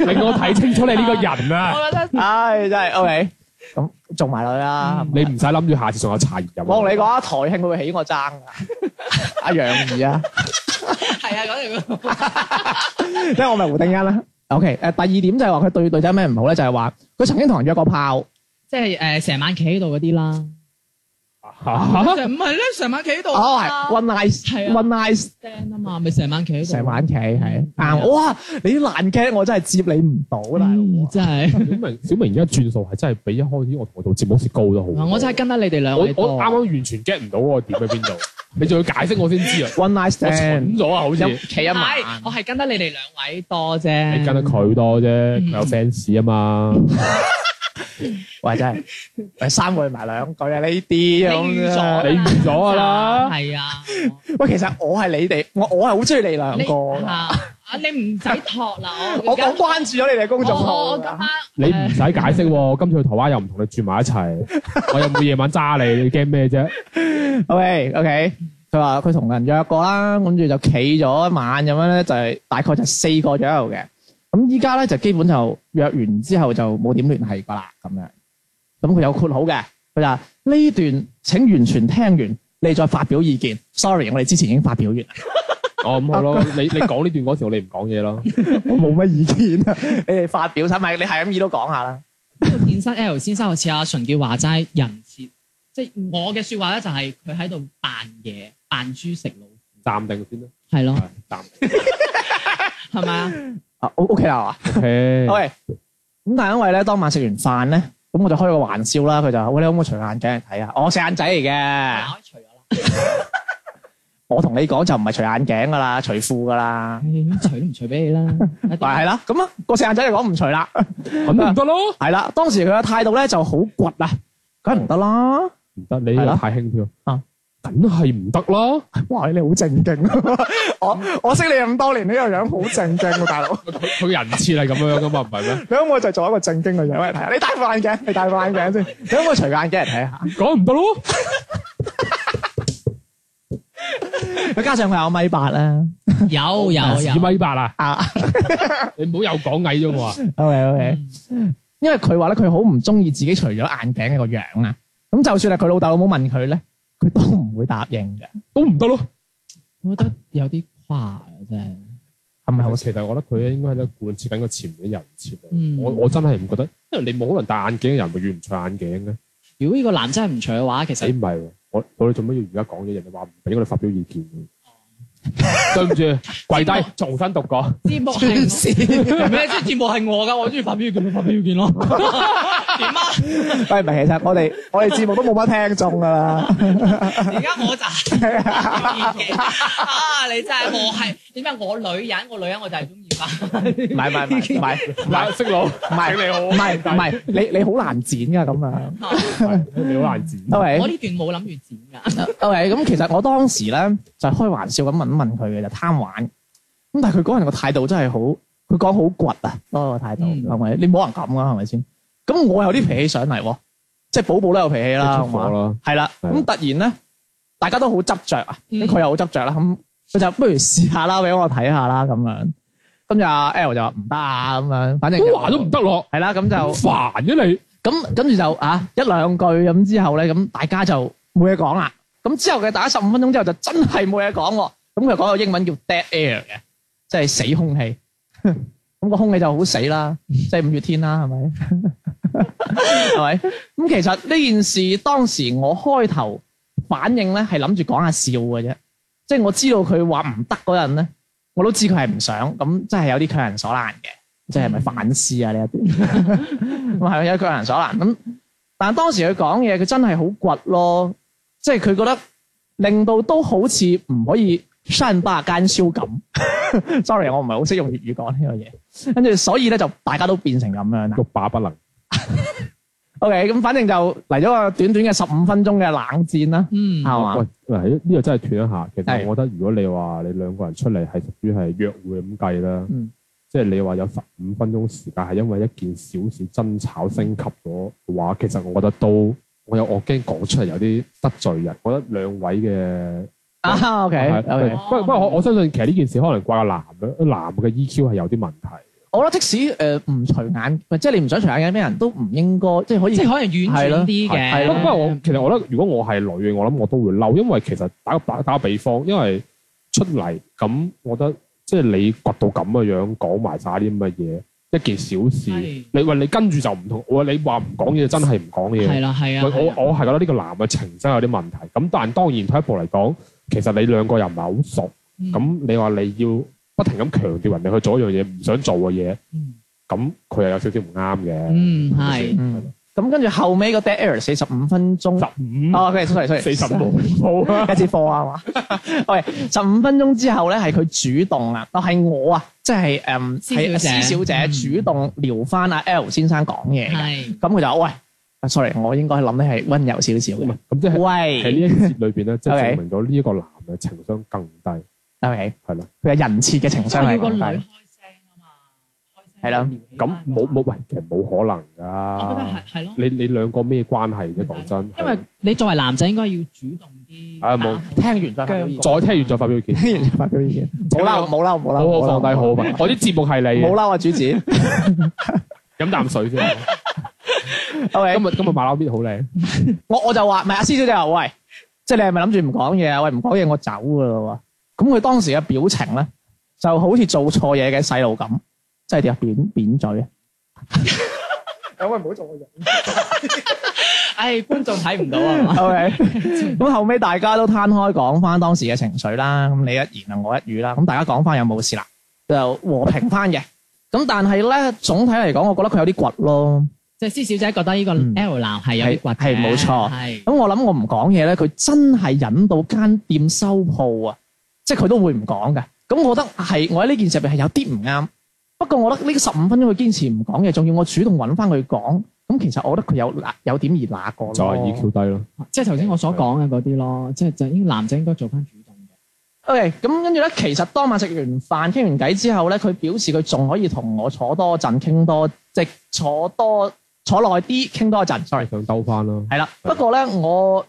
Speaker 2: 得。
Speaker 3: 令我睇清楚你呢個人啊！
Speaker 2: 我覺得
Speaker 4: 唉真係 OK，咁做埋佢啦。
Speaker 3: 你唔使諗住下次仲有茶葉飲。
Speaker 4: 我同你講啊，台慶佢會起我爭 [LAUGHS] 噶，阿楊怡啊，
Speaker 2: 係啊，講條
Speaker 4: 即係我咪胡定欣啦。OK，誒第二點就係話佢對女仔有咩唔好咧，就係話佢曾經同人約過炮，
Speaker 2: 即係誒成晚企喺度嗰啲啦。
Speaker 3: 嚇
Speaker 2: 就唔係咧，成晚企喺度
Speaker 4: 哦係
Speaker 2: 啊
Speaker 4: one night
Speaker 2: 係啊
Speaker 4: one night
Speaker 2: ，stand 啊嘛，咪成晚企喺度。
Speaker 4: 成晚企係
Speaker 2: 係啊
Speaker 4: 啱，哇！你啲爛 g 我真係接你唔到啦。
Speaker 2: 嗯真係，
Speaker 3: 小明小明而家轉數係真係比一開始我同我做節目好似高咗好多。
Speaker 2: 啊我真係跟得你哋兩
Speaker 3: 哦我
Speaker 2: 位多。
Speaker 3: 我啱啱完全 get 唔到嗰個點喺邊度，你仲要解釋我先知啊！
Speaker 4: one night
Speaker 3: 我
Speaker 4: stand
Speaker 3: 蠢咗啊，好似。
Speaker 4: 企一
Speaker 2: 唔
Speaker 4: 晚。
Speaker 2: 係，我係跟得你哋兩位多啫。嗯
Speaker 3: 你跟得佢多啫，佢有 fans 啊嘛。
Speaker 4: 喂，真係喂三個人埋兩句啊！呢啲咁
Speaker 2: 咗
Speaker 4: 樣
Speaker 3: 你預咗㗎啦
Speaker 2: 係啊，
Speaker 4: 喂，其實我係你哋，我我係好中意你兩
Speaker 2: 你
Speaker 4: 個㗎，
Speaker 2: 啊，你唔使托啦，我
Speaker 4: 我我關注咗你哋公眾號
Speaker 2: 我我今呃晚
Speaker 4: 㗎。
Speaker 3: 你唔 [LAUGHS] 使解釋喎，今次去台灣又唔同你住埋一齊， [LAUGHS] 我又唔會夜晚揸你，你驚咩啫？
Speaker 4: OK OK，佢話佢同人約過啦，跟住就企咗一晚咁樣咧，就係大概就四個左右嘅。咁依家咧就基本就約完之後就冇點聯繫㗎啦，咁樣。咁佢有括號嘅，佢就話呢段請完全聽完，你再發表意見。Sorry，我哋之前已經發表完啦，
Speaker 3: 哦，咁好 [LAUGHS] 咯，你你講呢段嗰時我哋唔講嘢咯。
Speaker 4: [LAUGHS] 我冇乜意見啊。你哋發表晒咪，你係咁意都講下啦。
Speaker 2: 呢個健身 L 先生好似阿純潔話齋人設，即係我嘅説話咧就係佢喺度扮嘢，扮豬食老虎，
Speaker 3: 淡定先啦， [LAUGHS]
Speaker 2: 係咯，
Speaker 3: 係淡定。
Speaker 2: 係咪啊？
Speaker 4: 啊，O K 啦，係
Speaker 3: OK，
Speaker 4: 嘛？[LAUGHS] 喂，咁但係因為咧，當晚食完飯咧，咁我就開個玩笑啦。佢就話：喂，你可唔可以除眼鏡嚟睇下？我四眼仔嚟嘅。
Speaker 2: 嗱，我除咗
Speaker 3: [LAUGHS]
Speaker 2: 啦，
Speaker 4: 我同你講就唔係除眼鏡噶啦，除褲噶啦。
Speaker 2: 唉除都唔除俾你啦，一定
Speaker 4: 但係啦，咁啊個四眼仔嚟講唔除啦，
Speaker 3: 咁都唔得咯，
Speaker 4: [LAUGHS] 係啦。當時佢嘅態度咧就好倔啊，梗係唔得啦。
Speaker 3: 唔得，你呢個太輕佻
Speaker 4: 啊，
Speaker 3: 梗係唔得啦。
Speaker 4: [LAUGHS] 哇，你好正經， [LAUGHS] 我我識你咁多年，呢個樣好正經喎，大佬。
Speaker 3: 佢佢人設係咁樣噶嘛，唔係咩？
Speaker 4: 你可唔可以就做一個正經嘅樣嚟睇下？你戴副眼鏡，你戴副眼鏡先。你可唔可以除眼鏡嚟睇下？
Speaker 3: 講唔得咯，
Speaker 4: [LAUGHS] 佢加上佢有米八啦。
Speaker 2: 有有有，
Speaker 3: 二米八啊！
Speaker 4: 啊 [LAUGHS]
Speaker 3: 你唔好又講矮咗我啊！
Speaker 4: ，OK OK。因為佢話咧，佢好唔中意自己除咗眼鏡嘅個樣啊。咁就算係佢老豆老母問佢咧，佢都唔會答應嘅。
Speaker 3: 都唔得咯。
Speaker 2: 我覺得有啲誇啊，真係。
Speaker 4: 係咪好
Speaker 3: 其實我覺得佢應該喺度貫徹緊個前面嘅人設啊。
Speaker 2: 嗯
Speaker 3: 我我真係唔覺得，因為你冇可能戴眼鏡嘅人永遠唔除眼鏡嘅。
Speaker 2: 如果呢個男真係唔除嘅話，其
Speaker 3: 你
Speaker 2: 實
Speaker 3: 哎唔係喎，我我哋做乜要而家講咗？人哋話唔俾我哋發表意見嘅。對唔住，跪低，重新讀過。
Speaker 2: 節目
Speaker 4: 黐
Speaker 2: 係
Speaker 4: 線。
Speaker 2: 咩？即係節目係我㗎，我中意發表意見咪發表意見咯。點啊？
Speaker 4: 喂，唔係，其實 [LAUGHS] 我哋我哋節目都冇乜聽眾噶啦，
Speaker 2: 而家我就係發表意見啊！你真係我係點解我女人，我女人我就係中意發。
Speaker 4: 唔係唔係唔係唔係
Speaker 3: 嗱，識佬，唔
Speaker 4: 係
Speaker 3: 你好，
Speaker 4: [LAUGHS] 唔係唔係，你你好難剪噶咁樣
Speaker 3: 你好難剪。
Speaker 2: 我
Speaker 4: ，OK
Speaker 2: 呢段冇諗住剪㗎，
Speaker 4: OK，咁其實我當時咧就係開玩笑咁問一問佢嘅，就貪玩，咁但係佢嗰人個態度真係好，佢講好倔啊，嗰
Speaker 3: 哦
Speaker 4: 個態度
Speaker 2: 嗯
Speaker 4: 係咪？你冇人咁噶係咪先？咁我有啲脾氣上嚟喎，即係寶寶都有脾氣啦，
Speaker 3: 出
Speaker 4: 係嘛
Speaker 3: 火啦，
Speaker 4: 啊係啦，
Speaker 3: 係
Speaker 4: 咁突然咧，大家都好執着啊，
Speaker 2: 嗯
Speaker 4: 咁佢又好執着啦，咁佢就不如試下啦，俾我睇下啦，咁樣。跟住阿 L 就話唔得啊，咁樣，反正
Speaker 3: 都話都唔得咯，
Speaker 4: 係啦，咁
Speaker 3: 好
Speaker 4: 就
Speaker 3: 煩嘅你。
Speaker 4: 咁跟住就啊一兩句咁之後咧，咁大家就冇嘢講啦。咁之後嘅大家十五分鐘之後就真係冇嘢講喎。咁佢講個英文叫 dead air 嘅，即係死空氣。咁個空氣就好死啦，即係五月天啦，係咪？係咪？咁其實呢件事當時我開頭反應咧係諗住講下笑嘅啫，即係我知道佢話唔得嗰陣咧，我都知佢係唔想，咁真係有啲強人所難嘅，即係咪反思啊呢一段？咁係有強人所難咁，但係當時佢講嘢，佢真係好倔咯，即係佢覺得令到都好似唔可以山巴間燒咁。Sorry，我唔係好識用粵語講呢樣嘢，跟住所以咧就大家都變成咁樣啦
Speaker 3: 欲。罷不能。
Speaker 4: OK，咁反正就嚟咗個短短嘅十五分鐘嘅冷戰啦，哦
Speaker 2: 嗯
Speaker 4: 係，嘛？
Speaker 3: 喂，嗱呢呢個真係斷一下。其
Speaker 4: 係
Speaker 3: 實我覺得，如果你話你兩個人出嚟係屬於係約會咁計啦，
Speaker 4: 嗯
Speaker 3: 即係你話有十五分鐘時間係因為一件小事爭吵升級咗嘅話，其實我覺得都我有我驚講出嚟有啲得罪人。我覺得兩位嘅
Speaker 4: 啊
Speaker 3: 係
Speaker 4: ，OK，OK。
Speaker 3: 不過不過我我相信其實呢件事可能怪個男嘅男嘅 EQ 係有啲問題。
Speaker 4: 我覺得即使誒唔除眼，即係你唔想除眼鏡咩人都唔應該，即係可以
Speaker 2: 即係可能婉轉啲嘅。
Speaker 4: 係
Speaker 3: 不
Speaker 4: 咯
Speaker 3: 不過我其實我覺得，如果我係女嘅，我諗我都會嬲，因為其實打個打打個比方，因為出嚟咁，我覺得即係你掘到咁嘅樣，講埋晒啲咁嘅嘢，一件小事，
Speaker 2: 係
Speaker 3: 你喂你跟住就唔同，喂你話唔講嘢真係唔講嘢。
Speaker 2: 係啦，係啊，
Speaker 3: 喂
Speaker 2: 係啊
Speaker 3: 我我係覺得呢個男嘅情真係有啲問題。咁但係當然退一步嚟講，其實你兩個又唔係好熟，
Speaker 2: 嗯
Speaker 3: 咁、你話你要不停咁強調人哋去做一樣嘢唔想做嘅嘢，
Speaker 2: 嗯
Speaker 3: 咁佢又有少少唔啱嘅。
Speaker 2: 嗯係
Speaker 4: 嗯，咁跟住後尾個 dead air 四十五分鐘
Speaker 3: 十，五
Speaker 4: 哦，sorry sorry，
Speaker 3: 四十五冇啊，
Speaker 4: 一節課啊嘛。喂，十五分鐘之後咧，係佢主動啊，哦係我啊，即係誒
Speaker 2: 施小姐
Speaker 4: 係呃施小姐
Speaker 2: 嗯
Speaker 4: 主動撩翻阿 L 先生講嘢嘅，
Speaker 2: 係
Speaker 4: 咁佢就話喂，sorry，我啊應該諗咧係温柔少少嘅。
Speaker 3: 咁即係喺呢
Speaker 4: 喂
Speaker 3: 一節裏邊咧，即係
Speaker 4: OK
Speaker 3: 證明咗呢一個男嘅情商更低，
Speaker 4: ，OK，
Speaker 3: 係啦。
Speaker 4: 佢嘅人設嘅情商
Speaker 2: 因為
Speaker 4: 係
Speaker 2: 要個女
Speaker 4: 咁
Speaker 2: 開
Speaker 4: 低
Speaker 2: 聲啊嘛，
Speaker 4: 係啦
Speaker 3: 咁冇冇，喂，其實冇可能
Speaker 2: 我覺得
Speaker 3: 㗎。
Speaker 2: 係係咯。
Speaker 3: 你你兩個咩關係啫？講真，
Speaker 2: 因為你作為男仔應該要主動啲。
Speaker 3: 啊冇
Speaker 2: 打
Speaker 4: 聽完再發表意見
Speaker 3: 再聽完再發表意見，
Speaker 4: 聽完就發表意見， [LAUGHS] 冇嬲冇嬲冇嬲，
Speaker 3: 好好放低
Speaker 4: 冇嬲
Speaker 3: 好好吧。我啲節目係你
Speaker 4: 冇
Speaker 3: 嘅，
Speaker 4: 嬲
Speaker 3: [LAUGHS]
Speaker 4: 啊主子
Speaker 3: 飲啖水先。
Speaker 4: ，OK
Speaker 3: 今。日今日馬騮搣好靚，
Speaker 4: 我我就話，唔係阿師小姐話，喂，即係你係咪諗住唔講嘢啊？喂，唔講嘢我走噶啦喎。咁佢當時嘅表情咧，就好似做錯嘢嘅細路咁，即係點啊扁扁嘴啊！喂，唔好做我人。
Speaker 2: 唉，觀眾睇唔到啊嘛。 [LAUGHS]
Speaker 4: OK，咁後尾大家都攤開講翻當時嘅情緒啦，咁你一言啊我一語啦，咁大家講翻有冇事啦，就和平翻嘅。咁但係咧，總體嚟講，我覺得佢有啲倔咯。
Speaker 2: 即係施小姐覺得呢個
Speaker 4: 嗯
Speaker 2: L 男係有啲倔嘅，
Speaker 4: 係係冇錯
Speaker 2: 係
Speaker 4: 咁我諗我唔講嘢咧，佢真係引到間店收鋪啊！即係佢都會唔講嘅。咁我覺得係我喺呢件事入邊係有啲唔啱。不過我覺得呢十五分鐘佢堅持唔講嘢，仲要我主動揾翻佢講，咁其實我覺得佢有嗱有點而那個咯。
Speaker 3: 就係 EQ 低咯。
Speaker 2: 即係頭先我所講嘅嗰啲咯，即係就應男仔應該做翻主動嘅。
Speaker 4: OK，咁跟住咧，其實當晚食完飯傾完偈之後咧，佢表示佢仲可以同我坐多陣，傾多即係坐多坐耐啲，傾多陣。sorry。
Speaker 3: 想兜翻啦。
Speaker 4: 係啦，不過咧，我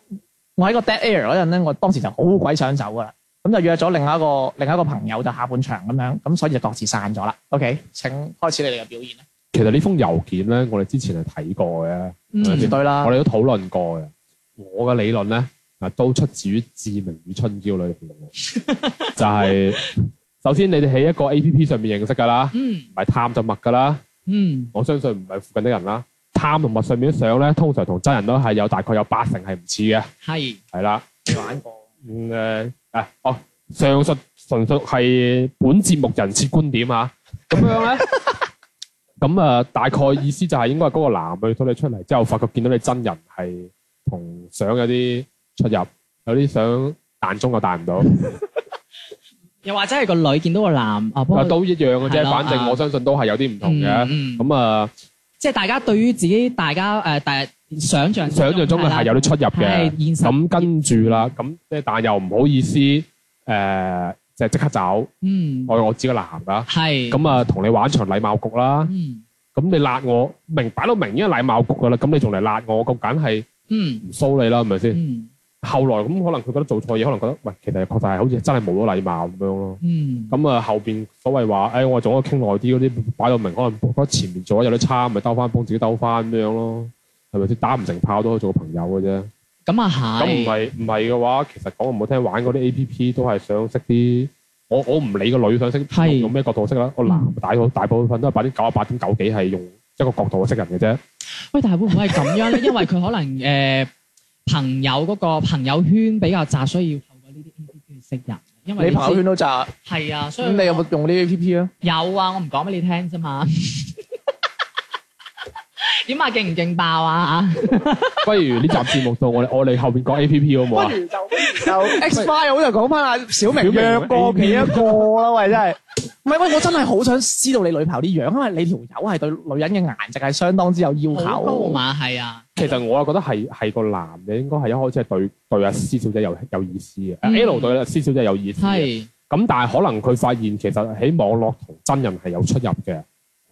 Speaker 4: 我喺個 dead air 嗰陣咧，我當時就好鬼想走噶啦，咁就約咗另一個另一個朋友就下半場咁樣，咁所以就各自散咗啦。OK，請開始你哋嘅表演啦。
Speaker 3: 其實呢封郵件咧，我哋之前係睇過嘅，係咪
Speaker 4: 絕
Speaker 3: 先
Speaker 4: 對啦
Speaker 3: 我，哋都討論過嘅。我嘅理論咧，啊都出自於《志明與春嬌》裏邊嘅，就係首先你哋喺一個 A P P 上面認識㗎啦，
Speaker 2: 嗯
Speaker 3: 唔係探就密㗎啦。
Speaker 2: 嗯，
Speaker 3: 我相信唔係附近的人啦。探同密上面啲相咧，通常同真人都係有大概有八成係唔似嘅，
Speaker 2: 係
Speaker 3: 係啦。
Speaker 4: 你玩過。
Speaker 3: 嗯誒啊哦，上述純屬係本節目人設觀點啊，咁樣咧， [LAUGHS] 咁啊大概意思就係應該係嗰個男嘅拖你出嚟之後，發覺見到你真人係同相有啲出入，有啲相彈中又彈唔到，
Speaker 2: 又或者係個女見到個男啊，幫
Speaker 3: 啊
Speaker 2: 佢
Speaker 3: 都一樣嘅
Speaker 2: 係
Speaker 3: 啫。
Speaker 2: 咯
Speaker 3: 反正
Speaker 2: 啊
Speaker 3: 我相信都係有啲唔同嘅。
Speaker 2: 嗯嗯
Speaker 3: 咁啊，
Speaker 2: 即係大家對於自己大家誒大想象
Speaker 3: 想像中嘅係有啲出入
Speaker 2: 係
Speaker 3: 嘅。
Speaker 2: 現實
Speaker 3: 咁跟住啦，咁即係但又唔好意思，誒就即刻走。
Speaker 2: 嗯
Speaker 3: 我我知個男㗎，
Speaker 2: 係
Speaker 3: 咁啊同你玩場禮貌局啦。
Speaker 2: 嗯
Speaker 3: 咁你辣我，明擺到明已經係禮貌局噶啦，咁你仲嚟辣我，咁梗係
Speaker 2: 嗯
Speaker 3: 唔騷你啦，係咪先？
Speaker 2: 嗯
Speaker 3: 後來咁可能佢覺得做錯嘢，可能覺得喂，其實確實係好似真係冇咗禮貌咁樣咯。
Speaker 2: 嗯
Speaker 3: 咁啊後邊所謂話，誒、哎我仲可以傾耐啲嗰啲，擺到明可能覺得前面做得有啲差，咪兜翻幫自己兜翻咁樣咯，係咪先？打唔成炮都可以做個朋友嘅啫。
Speaker 2: 咁啊
Speaker 3: 咁
Speaker 2: 係
Speaker 3: 唔係唔係嘅話，其實講唔好聽，玩嗰啲 A P P 都係想識啲，我我唔理個女想識
Speaker 2: 係
Speaker 3: 用咩角度識啦，個男
Speaker 2: 嗯
Speaker 3: 大部大部分都係百分之九十八點九幾係用一個角度識人嘅啫。 [LAUGHS]
Speaker 2: 喂，但係會唔會係咁樣咧？因為佢可能誒朋友嗰個朋友圈比較窄，所以要透過呢啲 A P P 去識人。因為
Speaker 4: 你朋友圈
Speaker 2: 知
Speaker 4: 都咋？
Speaker 2: 係
Speaker 3: 嗯
Speaker 2: 啊，所以
Speaker 4: 咁你有冇用呢啲 A P P 啊？
Speaker 2: 有啊，我唔講俾你聽啫嘛。 [LAUGHS] 點啊，勁唔勁爆啊？
Speaker 3: 不如呢集節目到我哋我哋後邊講 A P P 好唔好啊？
Speaker 4: 就 X File 就講翻阿小
Speaker 3: 小
Speaker 4: 明
Speaker 3: 明
Speaker 4: 約過幾多個啦，喂真係。唔係喂，我真係好想知道你女朋友啲樣，因為你條友係對女人嘅顏值係相當之有要
Speaker 2: 好高
Speaker 4: 求。
Speaker 2: 嘛，係啊，
Speaker 3: 其實我覺得係係個男嘅應該係一開始係對對阿施小姐有有意思嘅、
Speaker 2: 嗯
Speaker 3: a L 對阿施小姐有意思嘅。
Speaker 2: 係
Speaker 3: 咁但係可能佢發現其實喺網絡同真人係有出入嘅，